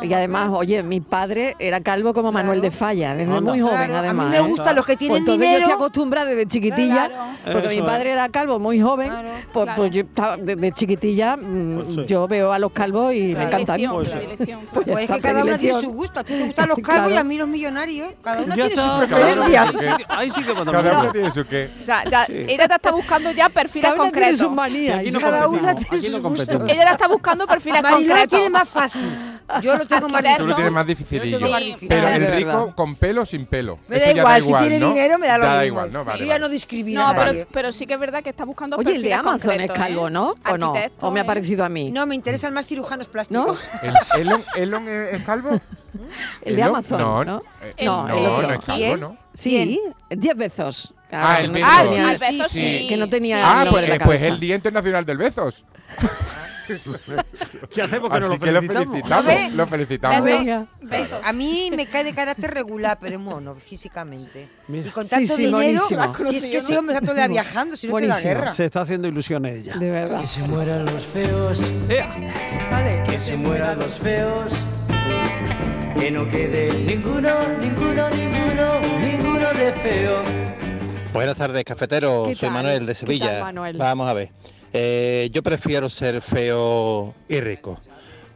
Speaker 3: Y además, oye, mi padre era calvo como Manuel de Falla, desde muy joven
Speaker 6: Claro, a mí
Speaker 3: además.
Speaker 6: me
Speaker 3: ¿eh?
Speaker 6: gustan los que
Speaker 3: Pues
Speaker 6: tienen
Speaker 3: entonces
Speaker 6: dinero.
Speaker 3: Yo se acostumbra desde chiquitilla, porque
Speaker 6: Eso
Speaker 3: mi padre
Speaker 6: es.
Speaker 3: era calvo muy joven, pues,
Speaker 6: claro.
Speaker 3: pues yo estaba desde chiquitilla, mm, yo veo a los calvos y me encantan.
Speaker 6: Pues,
Speaker 3: Pues ya
Speaker 6: es
Speaker 3: está,
Speaker 6: que cada uno tiene su
Speaker 3: predilección.
Speaker 6: gusto. A ti te gustan
Speaker 3: [LAUGHS]
Speaker 6: los
Speaker 3: Claro.
Speaker 6: calvos y a mí los millonarios. Cada uno
Speaker 4: Ya
Speaker 6: tiene sus
Speaker 4: está, cada uno tiene
Speaker 6: preferencias.
Speaker 4: su qué.
Speaker 2: Ahí sí que podemos
Speaker 4: Cada uno
Speaker 2: hablar.
Speaker 4: tiene su qué.
Speaker 5: O sea, ya-
Speaker 4: Sí.
Speaker 5: ella te está buscando ya perfiles
Speaker 3: Cada una tiene
Speaker 5: concretos.
Speaker 3: sus manías. Aquí no
Speaker 6: Cada una
Speaker 3: competimos,
Speaker 6: tiene
Speaker 3: aquí no
Speaker 6: sus
Speaker 3: competimos.
Speaker 6: gustos.
Speaker 5: Ella la está buscando perfiles
Speaker 6: Mariló lo
Speaker 5: concretos.
Speaker 6: tiene más fácil. Yo lo
Speaker 5: [LAUGHS]
Speaker 6: tengo más
Speaker 4: Tú
Speaker 6: difícil.
Speaker 4: lo tienes más dificilillo.
Speaker 6: más difícil.
Speaker 4: Pero
Speaker 6: Es
Speaker 4: el
Speaker 6: verdad.
Speaker 4: rico con pelo o sin pelo.
Speaker 6: Me da
Speaker 4: Eso ya
Speaker 6: igual, si tiene
Speaker 4: ¿no?
Speaker 6: dinero me da lo
Speaker 4: Ya da
Speaker 6: mismo.
Speaker 4: igual, ¿no? Vale,
Speaker 6: Yo ya
Speaker 4: vale.
Speaker 6: no discrimino
Speaker 5: No,
Speaker 6: a nadie.
Speaker 5: pero, pero sí que es verdad que está buscando
Speaker 3: Oye, el de
Speaker 5: perfiles
Speaker 3: Amazon
Speaker 5: concretos,
Speaker 3: es
Speaker 5: ¿eh?
Speaker 3: calvo, ¿no? ¿O no?
Speaker 5: Arquitecto,
Speaker 3: ¿O me ha
Speaker 5: ¿eh?
Speaker 3: parecido a mí?
Speaker 6: No, me interesan más cirujanos plásticos.
Speaker 3: [LAUGHS]
Speaker 4: ¿El- Elon, Elon es es calvo?
Speaker 3: El de
Speaker 4: Elon-
Speaker 3: Amazon,
Speaker 4: No,
Speaker 3: ¿no?
Speaker 4: eh,
Speaker 3: El-
Speaker 4: no,
Speaker 3: el otro.
Speaker 4: no es calvo, ¿no.
Speaker 3: Sí, 10 Bezos.
Speaker 4: Ah, el
Speaker 3: que
Speaker 4: Bezos.
Speaker 3: no
Speaker 4: Ah,
Speaker 3: tenía-
Speaker 4: sí, el Bezos sí.
Speaker 3: Que no tenía
Speaker 4: Ah,
Speaker 3: nombre
Speaker 4: pues,
Speaker 3: en la
Speaker 4: eh, pues
Speaker 3: cabeza.
Speaker 4: el Día Internacional del Bezos.
Speaker 2: [LAUGHS] ¿Qué hacemos que
Speaker 4: Así
Speaker 2: no lo
Speaker 4: que lo
Speaker 2: felicitamos?
Speaker 4: felicitamos. Lo felicitamos.
Speaker 6: Besos, besos. A mí me cae de carácter regular, pero es mono, físicamente.
Speaker 2: Mira.
Speaker 6: Y con
Speaker 2: Sí,
Speaker 6: tanto
Speaker 2: sí,
Speaker 6: dinero,
Speaker 2: buenísimo.
Speaker 6: si es que ese hombre está todo el día viajando, si no te da guerra.
Speaker 2: Se está haciendo ilusiones ella.
Speaker 3: De verdad.
Speaker 8: Que se mueran los feos. Que se mueran los feos. Que no quede ninguno, ninguno, ninguno, ninguno de feo.
Speaker 31: Buenas tardes,
Speaker 3: ¿Qué
Speaker 31: cafetero. Soy
Speaker 3: tal?
Speaker 31: Manuel de
Speaker 3: ¿Qué
Speaker 31: Sevilla.
Speaker 3: tal, Manuel?
Speaker 31: Vamos a ver. Eh, yo prefiero ser feo y rico.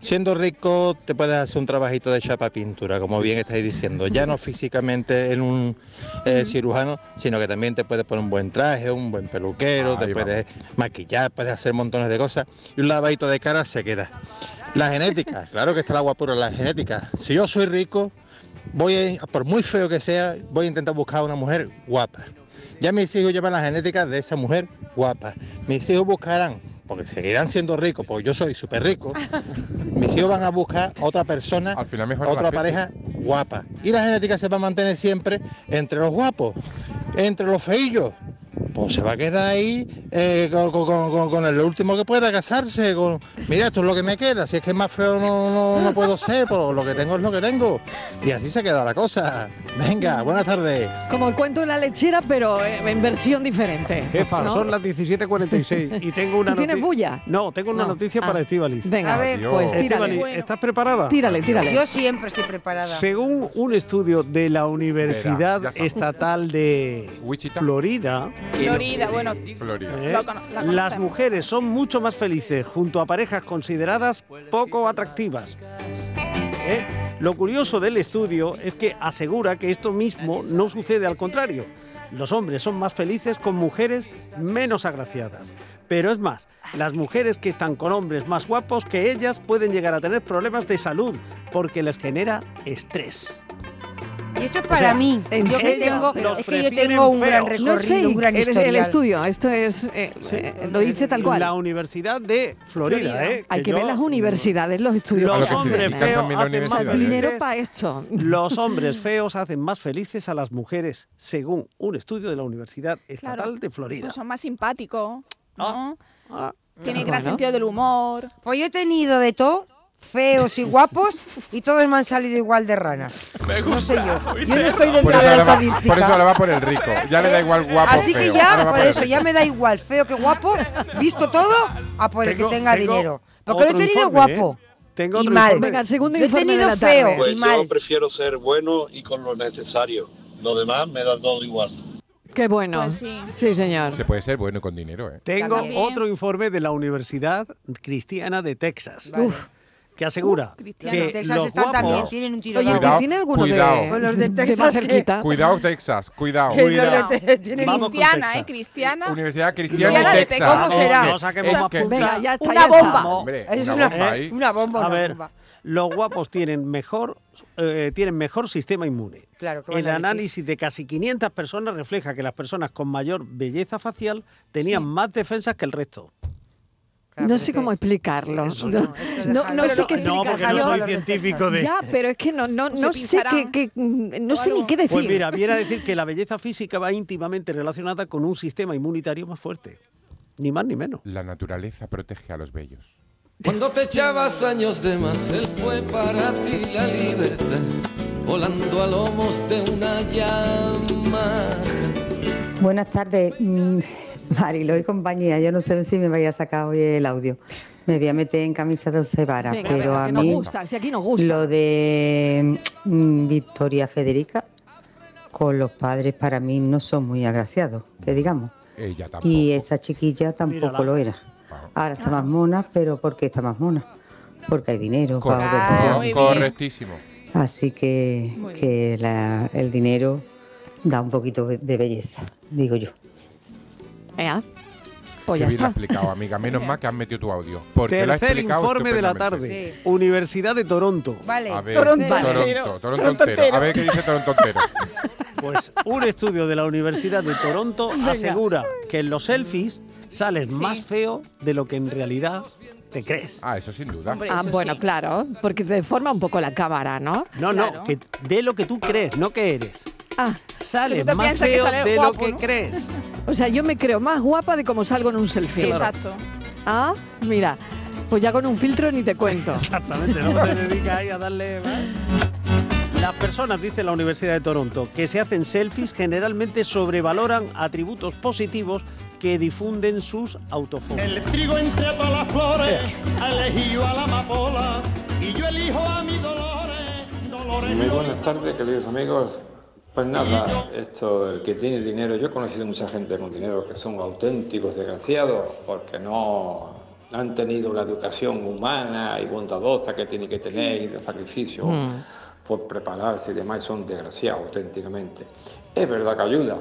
Speaker 31: Siendo rico te puedes hacer un trabajito de chapa pintura, como bien estáis diciendo. Ya no físicamente en un eh, cirujano, sino que también te puedes poner un buen traje, un buen peluquero, te puedes maquillar, puedes hacer montones de cosas. Y un lavadito de cara se queda. La
Speaker 3: [LAUGHS]
Speaker 31: genética, claro que está el agua pura, la genética. Si yo soy rico, voy a, por muy feo que sea, voy a intentar buscar una mujer guapa. Ya mis hijos llevan la genética de esa mujer guapa. Mis hijos buscarán, porque seguirán siendo ricos, porque yo soy súper rico. Mis hijos van a buscar otra persona,
Speaker 4: la
Speaker 31: otra
Speaker 4: peste.
Speaker 31: pareja guapa. Y la genética se va a mantener siempre entre los guapos, entre los feillos. Pues se va a quedar ahí eh, con, con- con- con- con el último que pueda casarse. Con, mira, esto es lo que me queda. Si es que más feo no, no- no puedo ser, pero lo que tengo es lo que tengo. Y así se queda la cosa. Venga, buenas tardes.
Speaker 3: Como el cuento de la lechera, pero eh, en versión diferente.
Speaker 2: Jefa,
Speaker 3: ¿no?
Speaker 2: son las 17.46 y tengo una
Speaker 3: ¿Tú tienes
Speaker 2: noti-
Speaker 3: bulla?
Speaker 2: No, tengo una
Speaker 3: No.
Speaker 2: noticia
Speaker 3: Ah.
Speaker 2: para Estivaliz.
Speaker 3: Venga, A ver, Adiós. pues tírale.
Speaker 2: Estíbaliz,
Speaker 3: Bueno.
Speaker 2: ¿estás preparada?
Speaker 3: Tírale, tírale.
Speaker 6: Yo siempre estoy preparada.
Speaker 2: Según un estudio de la Universidad
Speaker 6: Verá, ya está.
Speaker 2: Estatal de Florida,
Speaker 5: Florida, bueno.
Speaker 2: ¿eh?
Speaker 5: lo cono- la
Speaker 2: las
Speaker 5: conocemos.
Speaker 2: mujeres son mucho más felices junto a parejas consideradas poco atractivas. ¿eh? Lo curioso del estudio es que asegura que esto mismo no sucede al contrario. Los hombres son más felices con mujeres menos agraciadas. Pero es más, las mujeres que están con hombres más guapos que ellas pueden llegar a tener problemas de salud porque les genera estrés.
Speaker 6: Y esto es
Speaker 2: O
Speaker 6: para
Speaker 2: sea,
Speaker 6: mí.
Speaker 2: ¿en
Speaker 6: Yo que
Speaker 2: serio?
Speaker 6: tengo,
Speaker 2: Los
Speaker 6: es que yo
Speaker 2: prefieren
Speaker 6: tengo un gran
Speaker 2: feos.
Speaker 3: No es
Speaker 6: recorrido, un
Speaker 3: fake,
Speaker 6: gran
Speaker 3: es el
Speaker 6: historial.
Speaker 3: estudio, esto es, eh, eh, lo dice tal cual.
Speaker 2: La Universidad de Florida, ¿eh?
Speaker 3: Hay que, ver
Speaker 2: yo-
Speaker 3: las universidades, los estudios.
Speaker 2: Los
Speaker 3: que se
Speaker 2: hombres
Speaker 3: dedican.
Speaker 2: feos También la hacen más universidad, ¿eh?
Speaker 3: dinero
Speaker 2: felices.
Speaker 3: para esto. [LAUGHS]
Speaker 2: Los hombres feos hacen más felices a las mujeres, según un estudio de la Universidad Estatal
Speaker 5: Claro.
Speaker 2: de Florida.
Speaker 5: Pues son más simpáticos. ¿no?
Speaker 2: Ah,
Speaker 5: Tienen
Speaker 2: bueno.
Speaker 5: gran sentido del humor.
Speaker 6: Pues yo he tenido de todo, feos y guapos, y todos me han salido igual de ranas. No sé
Speaker 4: [LAUGHS]
Speaker 6: yo. Yo no estoy
Speaker 4: Por
Speaker 6: dentro
Speaker 4: eso,
Speaker 6: de la
Speaker 4: ahora va, por eso ahora
Speaker 6: estadística.
Speaker 4: va por el rico. Ya le da igual guapo.
Speaker 6: Así que
Speaker 4: feo. Ahora
Speaker 6: ya,
Speaker 4: va
Speaker 6: por
Speaker 4: el
Speaker 6: eso, ya me da igual, feo que guapo, visto todo, a por el que
Speaker 2: Tengo-
Speaker 6: tenga
Speaker 2: tengo
Speaker 6: dinero. Porque lo he
Speaker 2: otro
Speaker 6: tenido
Speaker 2: informe, ¿eh?
Speaker 6: guapo.
Speaker 2: Tengo
Speaker 6: y
Speaker 2: otro
Speaker 6: mal.
Speaker 2: informe.
Speaker 6: Lo he tenido feo
Speaker 13: Pues
Speaker 6: y mal.
Speaker 13: yo prefiero ser bueno y con lo necesario. Lo demás me da todo igual.
Speaker 3: Qué bueno.
Speaker 13: Pues
Speaker 3: sí. señor.
Speaker 4: Se puede ser bueno con dinero, ¿eh?
Speaker 2: Tengo
Speaker 3: También.
Speaker 2: otro informe de la Universidad Cristiana de Texas.
Speaker 3: Vale. Uf.
Speaker 2: Que asegura
Speaker 6: Cristiana.
Speaker 2: que
Speaker 6: Los Texas
Speaker 2: los
Speaker 6: están
Speaker 2: guapos,
Speaker 6: también, tienen un tiro
Speaker 3: Oye,
Speaker 4: Cuidado,
Speaker 3: ¿tiene alguno de-
Speaker 4: cuidado.
Speaker 3: Pues Ah, los de de Texas más que- cerquita?
Speaker 4: Cuidado, Texas. Cuidado.
Speaker 3: Que los de Te- tienen
Speaker 4: Vamos con
Speaker 5: Cristiana, ¿eh?
Speaker 4: Texas.
Speaker 5: Cristiana.
Speaker 4: Universidad Cristiana
Speaker 5: Cristiana
Speaker 4: de
Speaker 5: de
Speaker 4: Texas.
Speaker 5: Texas. ¿Cómo será?
Speaker 4: Es que-
Speaker 5: No
Speaker 2: saquemos
Speaker 4: es
Speaker 2: más
Speaker 4: que-
Speaker 2: punta. Venga,
Speaker 3: ya está,
Speaker 5: Una ya está. bomba.
Speaker 4: Hombre,
Speaker 6: Es
Speaker 4: una
Speaker 6: una-
Speaker 4: bomba ahí.
Speaker 6: Una bomba.
Speaker 2: A
Speaker 6: una
Speaker 2: ver,
Speaker 6: bomba.
Speaker 2: los guapos tienen mejor eh, tienen mejor sistema inmune.
Speaker 6: Claro, ¿qué van
Speaker 2: ¿eh? El
Speaker 6: a decir?
Speaker 2: análisis de casi 500 personas refleja que las personas con mayor belleza facial tenían más defensas que el resto.
Speaker 3: no sé cómo explicarlo. no, no- no sé qué
Speaker 2: No, porque no soy
Speaker 3: explicación.
Speaker 2: científico de...
Speaker 3: Ya, pero es que no, no,
Speaker 5: Se
Speaker 3: no sé
Speaker 5: pisarán
Speaker 3: qué, qué- mm, no sé ni qué decir.
Speaker 2: Pues mira,
Speaker 3: [LAUGHS]
Speaker 2: viene a decir que la belleza física va íntimamente relacionada con un sistema inmunitario más fuerte. Ni más ni menos.
Speaker 4: La naturaleza protege a los bellos.
Speaker 7: Cuando te echabas años de más, él fue para ti la libertad, volando a lomos de una llama.
Speaker 32: Buenas tardes, mm, Marilo y compañía. Yo no sé si me vaya a sacar hoy el audio. Me voy a meter en camisa de once varas,
Speaker 3: Venga,
Speaker 32: pero
Speaker 3: venga,
Speaker 32: a
Speaker 3: que nos
Speaker 32: mí
Speaker 3: gusta, si aquí nos gusta.
Speaker 32: lo de mm, Victoria Federica con los padres para mí no son muy agraciados, que digamos.
Speaker 4: Ella tampoco.
Speaker 32: Y esa chiquilla tampoco
Speaker 4: Mírala.
Speaker 32: lo era. Ahora está más mona, pero ¿por qué está más mona? Porque hay dinero. para
Speaker 3: Ah,
Speaker 4: Correcto.
Speaker 32: organizar.
Speaker 4: Correctísimo.
Speaker 3: Pues
Speaker 32: Así que, que la- el dinero da un poquito de- de belleza, digo yo.
Speaker 3: Ea,
Speaker 4: Qué
Speaker 3: pues ya
Speaker 4: bien
Speaker 3: está.
Speaker 4: lo has explicado,
Speaker 3: [LAUGHS]
Speaker 4: amiga. Menos mal que has metido tu audio. Porque lo has
Speaker 2: Tercer
Speaker 4: explicado
Speaker 2: informe de la
Speaker 4: estupendamente.
Speaker 2: tarde. Universidad de Toronto.
Speaker 6: Vale.
Speaker 4: A ver,
Speaker 2: Toronto.
Speaker 4: Toronto,
Speaker 2: Entero.
Speaker 4: Toronto
Speaker 2: Toronto
Speaker 4: entero.
Speaker 2: entero.
Speaker 4: A ver qué dice Toronto entero.
Speaker 2: Pues un estudio de la Universidad de Toronto
Speaker 4: Venga.
Speaker 2: asegura que en los selfies sales más feo de lo que en realidad te crees.
Speaker 4: Ah, eso sin duda.
Speaker 3: Ah, bueno, claro, porque te deforma un poco la cámara, ¿no?
Speaker 2: No, no, que de lo que tú crees, no que eres.
Speaker 3: Ah,
Speaker 2: Sales más feo de lo que crees.
Speaker 3: O sea, yo me creo más guapa de como salgo en un selfie.
Speaker 2: Claro.
Speaker 5: Exacto.
Speaker 3: Ah, mira, pues ya con un filtro ni te
Speaker 4: [LAUGHS]
Speaker 3: cuento.
Speaker 2: Exactamente, no te dedicas ahí a darle. Las personas, dice la Universidad de Toronto, que se hacen selfies generalmente sobrevaloran atributos positivos que difunden sus autofobias.
Speaker 16: El trigo entre todas las flores,
Speaker 4: ¿eh?
Speaker 16: elegí yo a la amapola, y yo elijo a mi Dolores, Dolores.
Speaker 33: Muy buenas tardes, queridos amigos. Pues nada, esto, el que tiene dinero, yo he conocido mucha gente con dinero que son auténticos desgraciados porque no han tenido la educación humana y bondadosa que tiene que tener y de sacrificio
Speaker 19: Mm.
Speaker 33: por prepararse y demás, son desgraciados auténticamente. Es verdad que ayuda,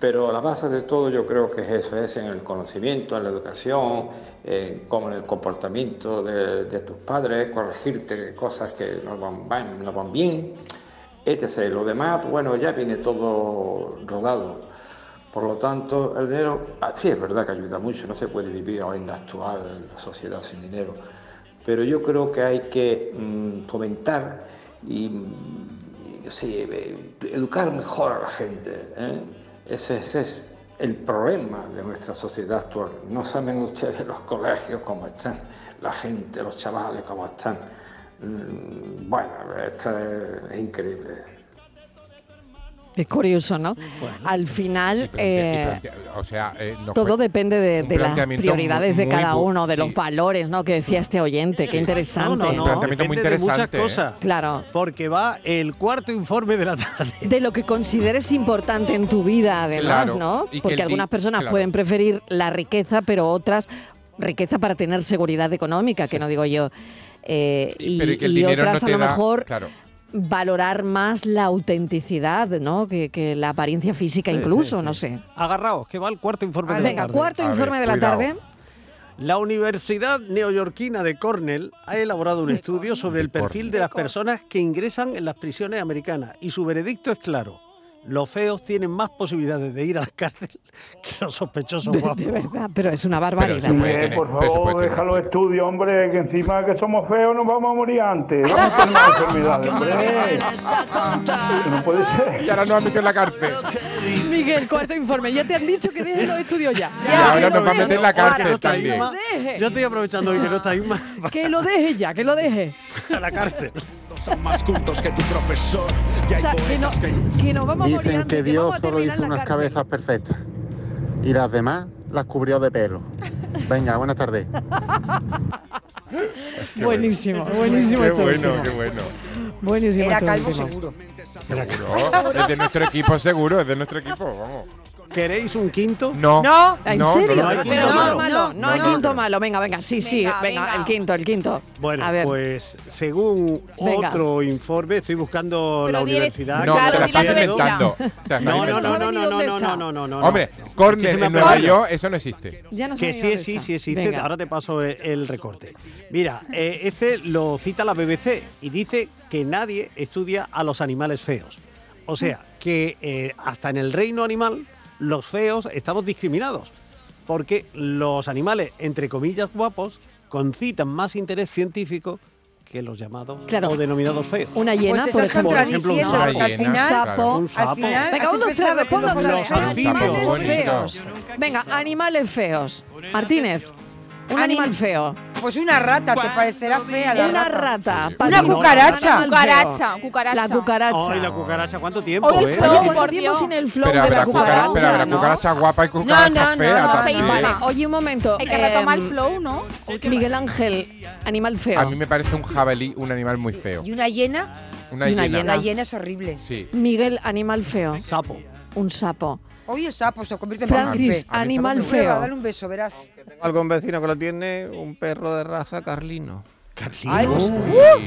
Speaker 33: pero la base de todo yo creo que es eso, es en el conocimiento, en la educación, eh, como en el comportamiento de, de tus padres, corregirte cosas que no van, van- no van bien, etc. Lo demás, bueno, ya viene todo rodado. Por lo tanto, el dinero, ah, sí es verdad que ayuda mucho, no se puede vivir hoy en la actual sociedad sin dinero, pero yo creo que hay que mm, fomentar y mm, yo sé, eh, educar mejor a la gente. ¿eh? Ese, ese es el problema de nuestra sociedad actual. No saben ustedes los colegios cómo están, la gente, los chavales cómo están. Mm, Bueno, esto es- es increíble.
Speaker 3: Es curioso, ¿no? Al final, eh,
Speaker 4: Y plantea- o sea, eh, nos
Speaker 3: todo
Speaker 4: cuenta-
Speaker 3: depende de,
Speaker 4: un
Speaker 3: de las
Speaker 4: planteamiento
Speaker 3: prioridades de
Speaker 4: muy
Speaker 3: cada
Speaker 4: bu-
Speaker 3: uno, de
Speaker 4: sí.
Speaker 3: los valores, ¿no? Que decía este oyente, qué interesante.
Speaker 2: No, no, no,
Speaker 4: planteamiento muy
Speaker 2: depende de muchas
Speaker 4: interesante, ¿eh?
Speaker 2: cosas.
Speaker 3: Claro.
Speaker 2: Porque va el cuarto informe de la tarde.
Speaker 3: De lo que consideres importante en tu vida, además,
Speaker 2: Claro,
Speaker 3: ¿no?
Speaker 2: y que el
Speaker 3: Porque
Speaker 2: di-
Speaker 3: algunas personas
Speaker 2: claro.
Speaker 3: pueden preferir la riqueza, pero otras riqueza para tener seguridad económica, que no digo yo. Eh, y,
Speaker 4: Pero y que el
Speaker 3: y
Speaker 4: dinero no
Speaker 3: otras
Speaker 4: te
Speaker 3: a lo
Speaker 4: da-
Speaker 3: mejor
Speaker 4: claro.
Speaker 3: valorar más la autenticidad, ¿no? Que, que la apariencia física
Speaker 2: Sí,
Speaker 3: incluso,
Speaker 2: sí, sí.
Speaker 3: no sé.
Speaker 2: Agarraos, que va el cuarto informe de
Speaker 3: Ah, Venga,
Speaker 2: la tarde.
Speaker 3: cuarto A ver, informe de la cuidado. tarde.
Speaker 2: La Universidad Neoyorquina de Cornell ha elaborado un estudio sobre el perfil de las personas que ingresan en las prisiones americanas y su veredicto es claro. Los feos tienen más posibilidades de ir a la cárcel [LAUGHS] que los sospechosos guapos.
Speaker 3: De verdad, pero es una barbaridad.
Speaker 30: Miguel, Eh, por favor, deja los estudios, hombre, que encima que somos feos nos vamos a morir antes. Vamos a tener más enfermedades, hombre. Eso No puede ser.
Speaker 4: Y ahora nos han metido en la cárcel.
Speaker 3: Miguel, cuarto informe. Ya te han dicho que dejes los estudios ya.
Speaker 4: Y ahora nos va a meter en la
Speaker 3: Ahora,
Speaker 4: cárcel también.
Speaker 3: Lo deje.
Speaker 2: Yo estoy aprovechando hoy que no está Inma [LAUGHS]
Speaker 3: Que lo deje ya, que lo deje.
Speaker 2: a la cárcel.
Speaker 34: Son más cultos que tu profesor.
Speaker 3: O sea, que, no, que nos vamos a morir
Speaker 22: Dicen
Speaker 3: antes,
Speaker 22: que
Speaker 3: que
Speaker 22: Dios
Speaker 3: vamos a
Speaker 22: solo
Speaker 3: terminar
Speaker 22: hizo
Speaker 3: en la
Speaker 22: unas
Speaker 3: cárcel.
Speaker 22: cabezas perfectas y las demás las cubrió de pelo. Venga, buenas tardes.
Speaker 3: [LAUGHS] Buenísimo, buenísimo
Speaker 4: Qué
Speaker 3: esto
Speaker 4: bueno,
Speaker 3: último.
Speaker 4: qué bueno.
Speaker 3: Buenísimo
Speaker 6: Era
Speaker 3: esto
Speaker 6: calvo
Speaker 3: último.
Speaker 6: seguro.
Speaker 4: No, es de nuestro equipo seguro, es de nuestro equipo, vamos.
Speaker 2: ¿Queréis un quinto?
Speaker 4: No.
Speaker 3: No, ¿en
Speaker 2: no,
Speaker 3: serio?
Speaker 2: no hay
Speaker 3: Pero
Speaker 2: quinto
Speaker 3: no,
Speaker 2: malo.
Speaker 3: malo, no,
Speaker 2: No,
Speaker 3: hay
Speaker 2: no,
Speaker 3: quinto
Speaker 2: pero-
Speaker 3: malo. Venga, venga, sí, sí, venga, el quinto, el quinto.
Speaker 2: Bueno,
Speaker 3: a ver.
Speaker 2: pues según
Speaker 3: Venga.
Speaker 2: otro informe, estoy buscando la
Speaker 3: Pero di-
Speaker 2: universidad.
Speaker 4: No,
Speaker 2: que
Speaker 4: te la
Speaker 2: lo
Speaker 4: estás
Speaker 2: tiene.
Speaker 4: inventando. Te la estás
Speaker 2: No, no,
Speaker 4: inventando.
Speaker 2: no, no, no, no, no, no, no, no, no.
Speaker 4: Hombre,
Speaker 2: Es que
Speaker 4: corner
Speaker 2: se me ha
Speaker 4: en Nueva
Speaker 2: perdido.
Speaker 4: York, eso no existe.
Speaker 3: Ya no
Speaker 2: que
Speaker 3: sabía
Speaker 2: sí,
Speaker 3: dónde
Speaker 2: sí,
Speaker 3: está.
Speaker 2: sí existe.
Speaker 3: Venga.
Speaker 2: Ahora te paso e- el recorte. Mira, eh, este lo cita la BBC y dice que nadie estudia a los animales feos. O sea, que eh, hasta en el reino animal los feos estamos discriminados. Porque los animales, entre comillas, guapos, concitan más interés científico que los llamados
Speaker 3: Claro.
Speaker 2: o denominados feos.
Speaker 3: Una
Speaker 6: Pues
Speaker 3: hiena,
Speaker 6: te
Speaker 3: por
Speaker 6: estás
Speaker 3: ejemplo.
Speaker 6: contradiciendo,
Speaker 2: Una
Speaker 6: porque al
Speaker 2: hiena,
Speaker 6: final-
Speaker 2: claro. Un
Speaker 6: al
Speaker 2: sapo.
Speaker 6: final
Speaker 3: Venga,
Speaker 6: has
Speaker 3: uno, tres,
Speaker 6: empezado
Speaker 3: responda
Speaker 6: con
Speaker 3: otra
Speaker 2: los
Speaker 3: vez.
Speaker 2: anfibios.
Speaker 3: Animales
Speaker 2: Bonito.
Speaker 3: feos. Venga, animales feos. Martínez, un
Speaker 6: Anim-
Speaker 3: animal feo.
Speaker 6: Pues una rata, te parecerá fea la
Speaker 3: Una
Speaker 6: rata.
Speaker 3: rata.
Speaker 6: Una cucaracha.
Speaker 5: Cucaracha, cucaracha.
Speaker 3: La cucaracha.
Speaker 2: Ay, la cucaracha, ¿cuánto tiempo?
Speaker 3: Oye,
Speaker 2: eh?
Speaker 3: ¿cuánto tiempo sin el flow
Speaker 4: Pero
Speaker 3: de
Speaker 4: habrá
Speaker 3: la
Speaker 4: cucaracha, pero
Speaker 3: cucaracha,
Speaker 4: habrá
Speaker 3: ¿no?
Speaker 4: cucaracha guapa y cucaracha fea también.
Speaker 3: Vale, oye, un momento.
Speaker 5: Hay que retomar
Speaker 3: em,
Speaker 5: el flow, ¿no?
Speaker 3: Miguel Ángel, animal feo.
Speaker 4: A mí me parece un jabalí, un animal muy feo.
Speaker 6: ¿Y una hiena?
Speaker 4: Una
Speaker 3: y una
Speaker 4: hiena.
Speaker 3: hiena. La
Speaker 6: hiena es horrible.
Speaker 4: Sí.
Speaker 3: Miguel, animal feo.
Speaker 2: Sapo.
Speaker 3: Un sapo.
Speaker 6: Oye, el sapo se convierte en
Speaker 3: Francis,
Speaker 6: príncipe.
Speaker 3: animal
Speaker 6: Prueba,
Speaker 3: feo.
Speaker 6: dale un beso, verás.
Speaker 20: Algún vecino que lo tiene, un perro de raza carlino.
Speaker 2: Carlino.
Speaker 6: Ay, pues,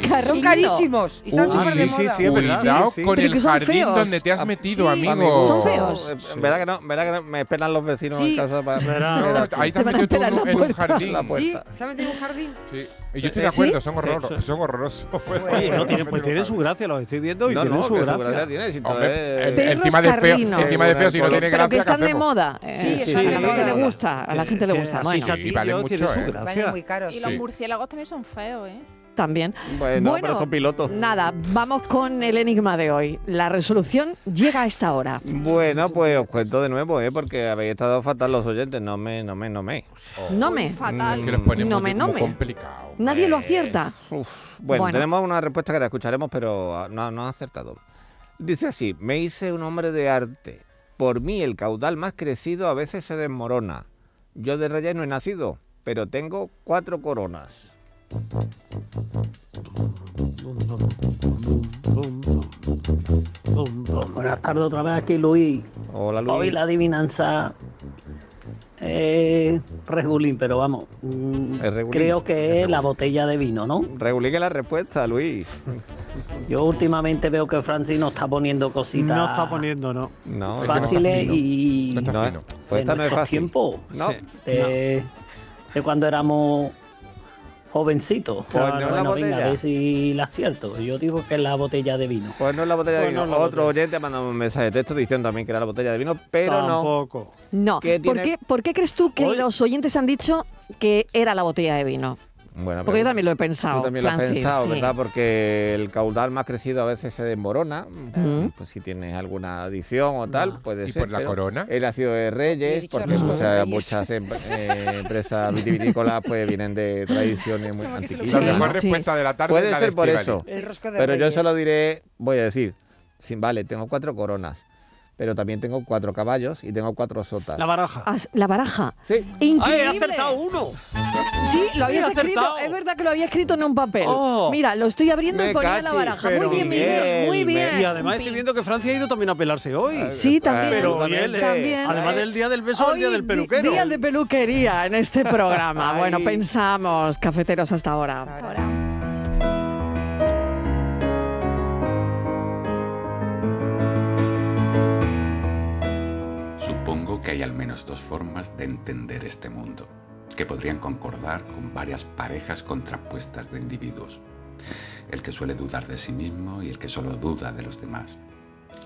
Speaker 3: Carlino.
Speaker 6: Son carísimos. y Están
Speaker 20: Uy,
Speaker 6: súper de
Speaker 20: sí, sí,
Speaker 6: moda.
Speaker 20: sí, es verdad.
Speaker 4: Cuidado
Speaker 20: Sí, sí.
Speaker 4: con
Speaker 20: Pero
Speaker 4: el
Speaker 20: que son
Speaker 4: jardín
Speaker 20: feos.
Speaker 4: donde te has metido,
Speaker 20: Sí.
Speaker 4: amigo.
Speaker 20: Son feos. Eh, En verdad que no, en verdad que no, me esperan los vecinos
Speaker 6: Sí.
Speaker 20: en casa para.
Speaker 2: Verá.
Speaker 20: para-
Speaker 4: No, ahí te has metido tú en un- en un jardín.
Speaker 20: La
Speaker 6: Sí,
Speaker 20: puerta.
Speaker 6: ¿sabes de un jardín?
Speaker 4: Sí. Y yo estoy
Speaker 3: ¿Eh,
Speaker 4: de acuerdo, son horrorosos. Son horrorosos.
Speaker 2: [LAUGHS] Oye, no, tienen, pues tienen su gracia, los estoy viendo y
Speaker 20: No,
Speaker 2: tienen
Speaker 20: no,
Speaker 2: su
Speaker 20: que su
Speaker 2: gracia.
Speaker 20: gracia tiene, si
Speaker 4: Hombre,
Speaker 20: entonces-
Speaker 4: el- Eh, encima de feo,
Speaker 3: carlinos.
Speaker 4: encima de feo, si no tiene
Speaker 3: Pero
Speaker 4: gracia,
Speaker 3: que están
Speaker 4: ¿qué
Speaker 3: de
Speaker 4: hacemos?
Speaker 3: moda. eh,
Speaker 6: Sí,
Speaker 3: que
Speaker 6: están de
Speaker 3: la
Speaker 6: moda.
Speaker 3: gente le gusta, a la gente le gusta.
Speaker 2: así
Speaker 3: Bueno,
Speaker 2: se
Speaker 4: Sí, vale
Speaker 2: tiene
Speaker 4: mucho,
Speaker 2: su
Speaker 4: ¿eh?
Speaker 2: gracia.
Speaker 6: Valen muy caros.
Speaker 5: Y los
Speaker 4: Sí.
Speaker 5: murciélagos también son feos, ¿eh?
Speaker 3: también.
Speaker 20: Bueno, pero son pilotos.
Speaker 3: Nada, vamos con el enigma de hoy. La resolución llega a esta hora.
Speaker 20: Bueno, pues os cuento de nuevo, ¿eh? porque habéis estado fatal los oyentes. No me, no me, no me.
Speaker 3: No me.
Speaker 4: Mm, Que nos ponemos
Speaker 3: No me,
Speaker 4: de-
Speaker 3: no
Speaker 4: como
Speaker 3: me.
Speaker 4: complicado.
Speaker 3: Nadie lo acierta.
Speaker 20: Uf, Bueno,
Speaker 3: Bueno.
Speaker 20: tenemos una respuesta que la escucharemos, pero ah, no, no ha acertado. Dice así, me hice un hombre de arte. Por mí el caudal más crecido a veces se desmorona. Yo de relleno he nacido, pero tengo cuatro coronas.
Speaker 28: Buenas tardes otra vez aquí, Luis.
Speaker 20: Hola
Speaker 28: Hoy
Speaker 20: Luis.
Speaker 28: la adivinanza es regulín, pero vamos, mm,
Speaker 20: Es regulín.
Speaker 28: creo que es la botella de vino, ¿no?
Speaker 20: Regulique la respuesta, Luis.
Speaker 28: Yo últimamente veo que Francis nos está poniendo cositas
Speaker 2: No está poniendo, no.
Speaker 20: No, es que no está
Speaker 28: fáciles
Speaker 20: fino.
Speaker 28: y
Speaker 20: No está
Speaker 28: de
Speaker 20: fino. Pues esta no es
Speaker 28: nuestros
Speaker 20: fácil.
Speaker 28: tiempos,
Speaker 20: No.
Speaker 2: Sí.
Speaker 28: de, de cuando éramos jovencitos.
Speaker 20: Pues no es la
Speaker 28: bueno, venga,
Speaker 20: botella.
Speaker 28: a ver si la acierto. Yo digo que es la botella de vino.
Speaker 20: Pues no es la botella de
Speaker 28: Pues no
Speaker 20: vino.
Speaker 28: es la
Speaker 20: Otro oyente ha mandado un mensaje de texto diciendo también que era la botella de vino, pero
Speaker 2: Tampoco.
Speaker 3: No.
Speaker 20: ¿Qué
Speaker 3: ¿Por
Speaker 20: tiene-
Speaker 3: qué, por qué crees tú que
Speaker 20: Oye.
Speaker 3: los oyentes han dicho que era la botella de vino?
Speaker 20: no. Bueno,
Speaker 3: Porque yo también lo he pensado.
Speaker 20: Tú también lo has
Speaker 3: Francis,
Speaker 20: pensado,
Speaker 3: sí.
Speaker 20: ¿verdad? Porque el caudal más crecido a veces se desmorona.
Speaker 3: Ujú.
Speaker 20: Pues si tienes alguna adición o tal, puede
Speaker 4: ¿Y
Speaker 20: ser.
Speaker 4: por la
Speaker 20: pero
Speaker 4: corona?
Speaker 20: El ácido de
Speaker 6: Yo Ah. he
Speaker 20: Reyes,
Speaker 6: dicho
Speaker 20: porque
Speaker 6: los
Speaker 20: muchas,
Speaker 6: reyes. [LAUGHS]
Speaker 20: muchas em- eh, empresas vitivinícolas pues vienen de tradiciones muy
Speaker 5: Como que se lo
Speaker 20: antiguas.
Speaker 4: La
Speaker 3: Sí,
Speaker 4: mejor
Speaker 3: sí.
Speaker 4: respuesta de la tarde
Speaker 20: Puede
Speaker 4: es la de
Speaker 20: ser por
Speaker 4: Estíbaliz.
Speaker 20: eso.
Speaker 6: El rosco de
Speaker 20: Pero yo
Speaker 6: Reyes.
Speaker 20: se lo diré, voy a decir, sin vale, tengo cuatro coronas, pero también tengo cuatro caballos y tengo cuatro sotas.
Speaker 2: La baraja.
Speaker 3: Ah, La baraja.
Speaker 20: Sí.
Speaker 2: ¡Ay,
Speaker 3: Increíble.
Speaker 2: he acertado uno!
Speaker 3: Sí, lo
Speaker 2: Mira,
Speaker 3: habías escrito.
Speaker 2: acertado.
Speaker 3: Es verdad que lo había escrito en un papel.
Speaker 20: Oh.
Speaker 3: Mira, lo estoy abriendo y
Speaker 20: Me
Speaker 3: ponía la
Speaker 20: cachi,
Speaker 3: baraja.
Speaker 20: pero
Speaker 3: Muy bien, Miguel.
Speaker 20: Miguel,
Speaker 3: Muy
Speaker 20: me-
Speaker 3: bien.
Speaker 2: Y además estoy viendo que Francia ha ido también a pelarse hoy.
Speaker 3: Sí, también.
Speaker 2: Pero hoy
Speaker 20: Absolutamente.
Speaker 2: el-
Speaker 3: También.
Speaker 2: además del día del beso, el día
Speaker 3: Hoy
Speaker 2: del
Speaker 3: di-
Speaker 2: peluquero.
Speaker 3: Día de peluquería en este programa.
Speaker 2: [LAUGHS]
Speaker 3: bueno, pensamos, cafeteros, hasta ahora.
Speaker 35: Supongo que hay al menos dos formas de entender este mundo, que podrían concordar con varias parejas contrapuestas de individuos. El que suele dudar de sí mismo y el que solo duda de los demás.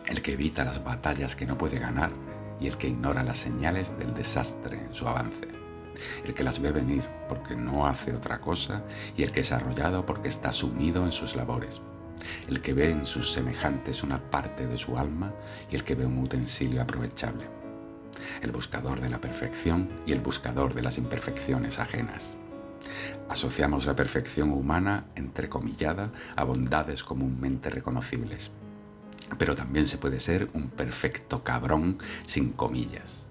Speaker 35: El que evita las batallas que no puede ganar y el que ignora las señales del desastre en su avance. El que las ve venir porque no hace otra cosa y el que es arrollado porque está sumido en sus labores. El que ve en sus semejantes una parte de su alma y el que ve un utensilio aprovechable el buscador de la perfección y el buscador de las imperfecciones ajenas. Asociamos la perfección humana, entrecomillada, a bondades comúnmente reconocibles. Pero también se puede ser un perfecto cabrón sin comillas,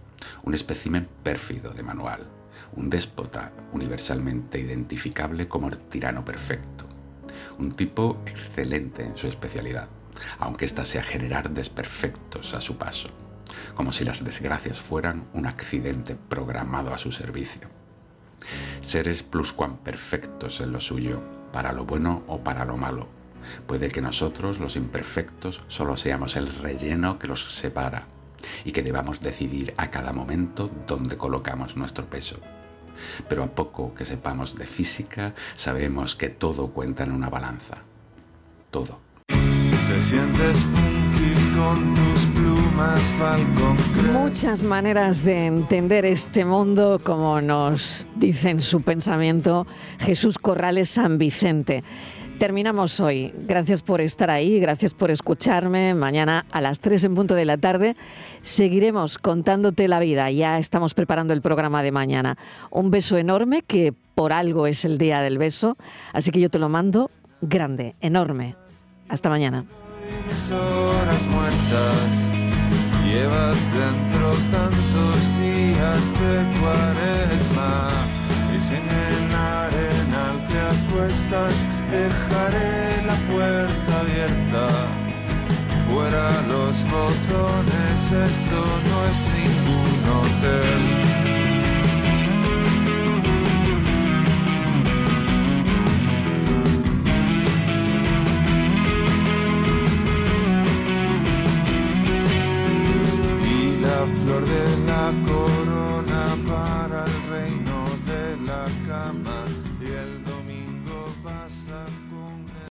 Speaker 35: un espécimen pérfido de manual, un déspota universalmente identificable como el tirano perfecto, un tipo excelente en su especialidad, aunque ésta sea generar desperfectos a su paso como si las desgracias fueran un accidente programado a su servicio. Seres pluscuamperfectos en lo suyo, para lo bueno o para lo malo. Puede que nosotros, los imperfectos, solo seamos el relleno que los separa y que debamos decidir a cada momento dónde colocamos nuestro peso. Pero a poco que sepamos de física, sabemos que todo cuenta en una balanza. Todo.
Speaker 36: Te sientes pinky con tus plumas falcón.
Speaker 3: Muchas maneras de entender este mundo, como nos dice en su pensamiento Jesús Corrales San Vicente. Terminamos hoy. Gracias por estar ahí, gracias por escucharme. Mañana a las 3 en punto de la tarde seguiremos contándote la vida. Ya estamos preparando el programa de mañana. Un beso enorme, que por algo es el día del beso. Así que yo te lo mando grande, enorme. Hasta mañana.
Speaker 36: Mis horas muertas llevas dentro tantos días de cuaresma y sin el arenal te acuestas dejaré la puerta abierta fuera los botones esto no es ningún hotel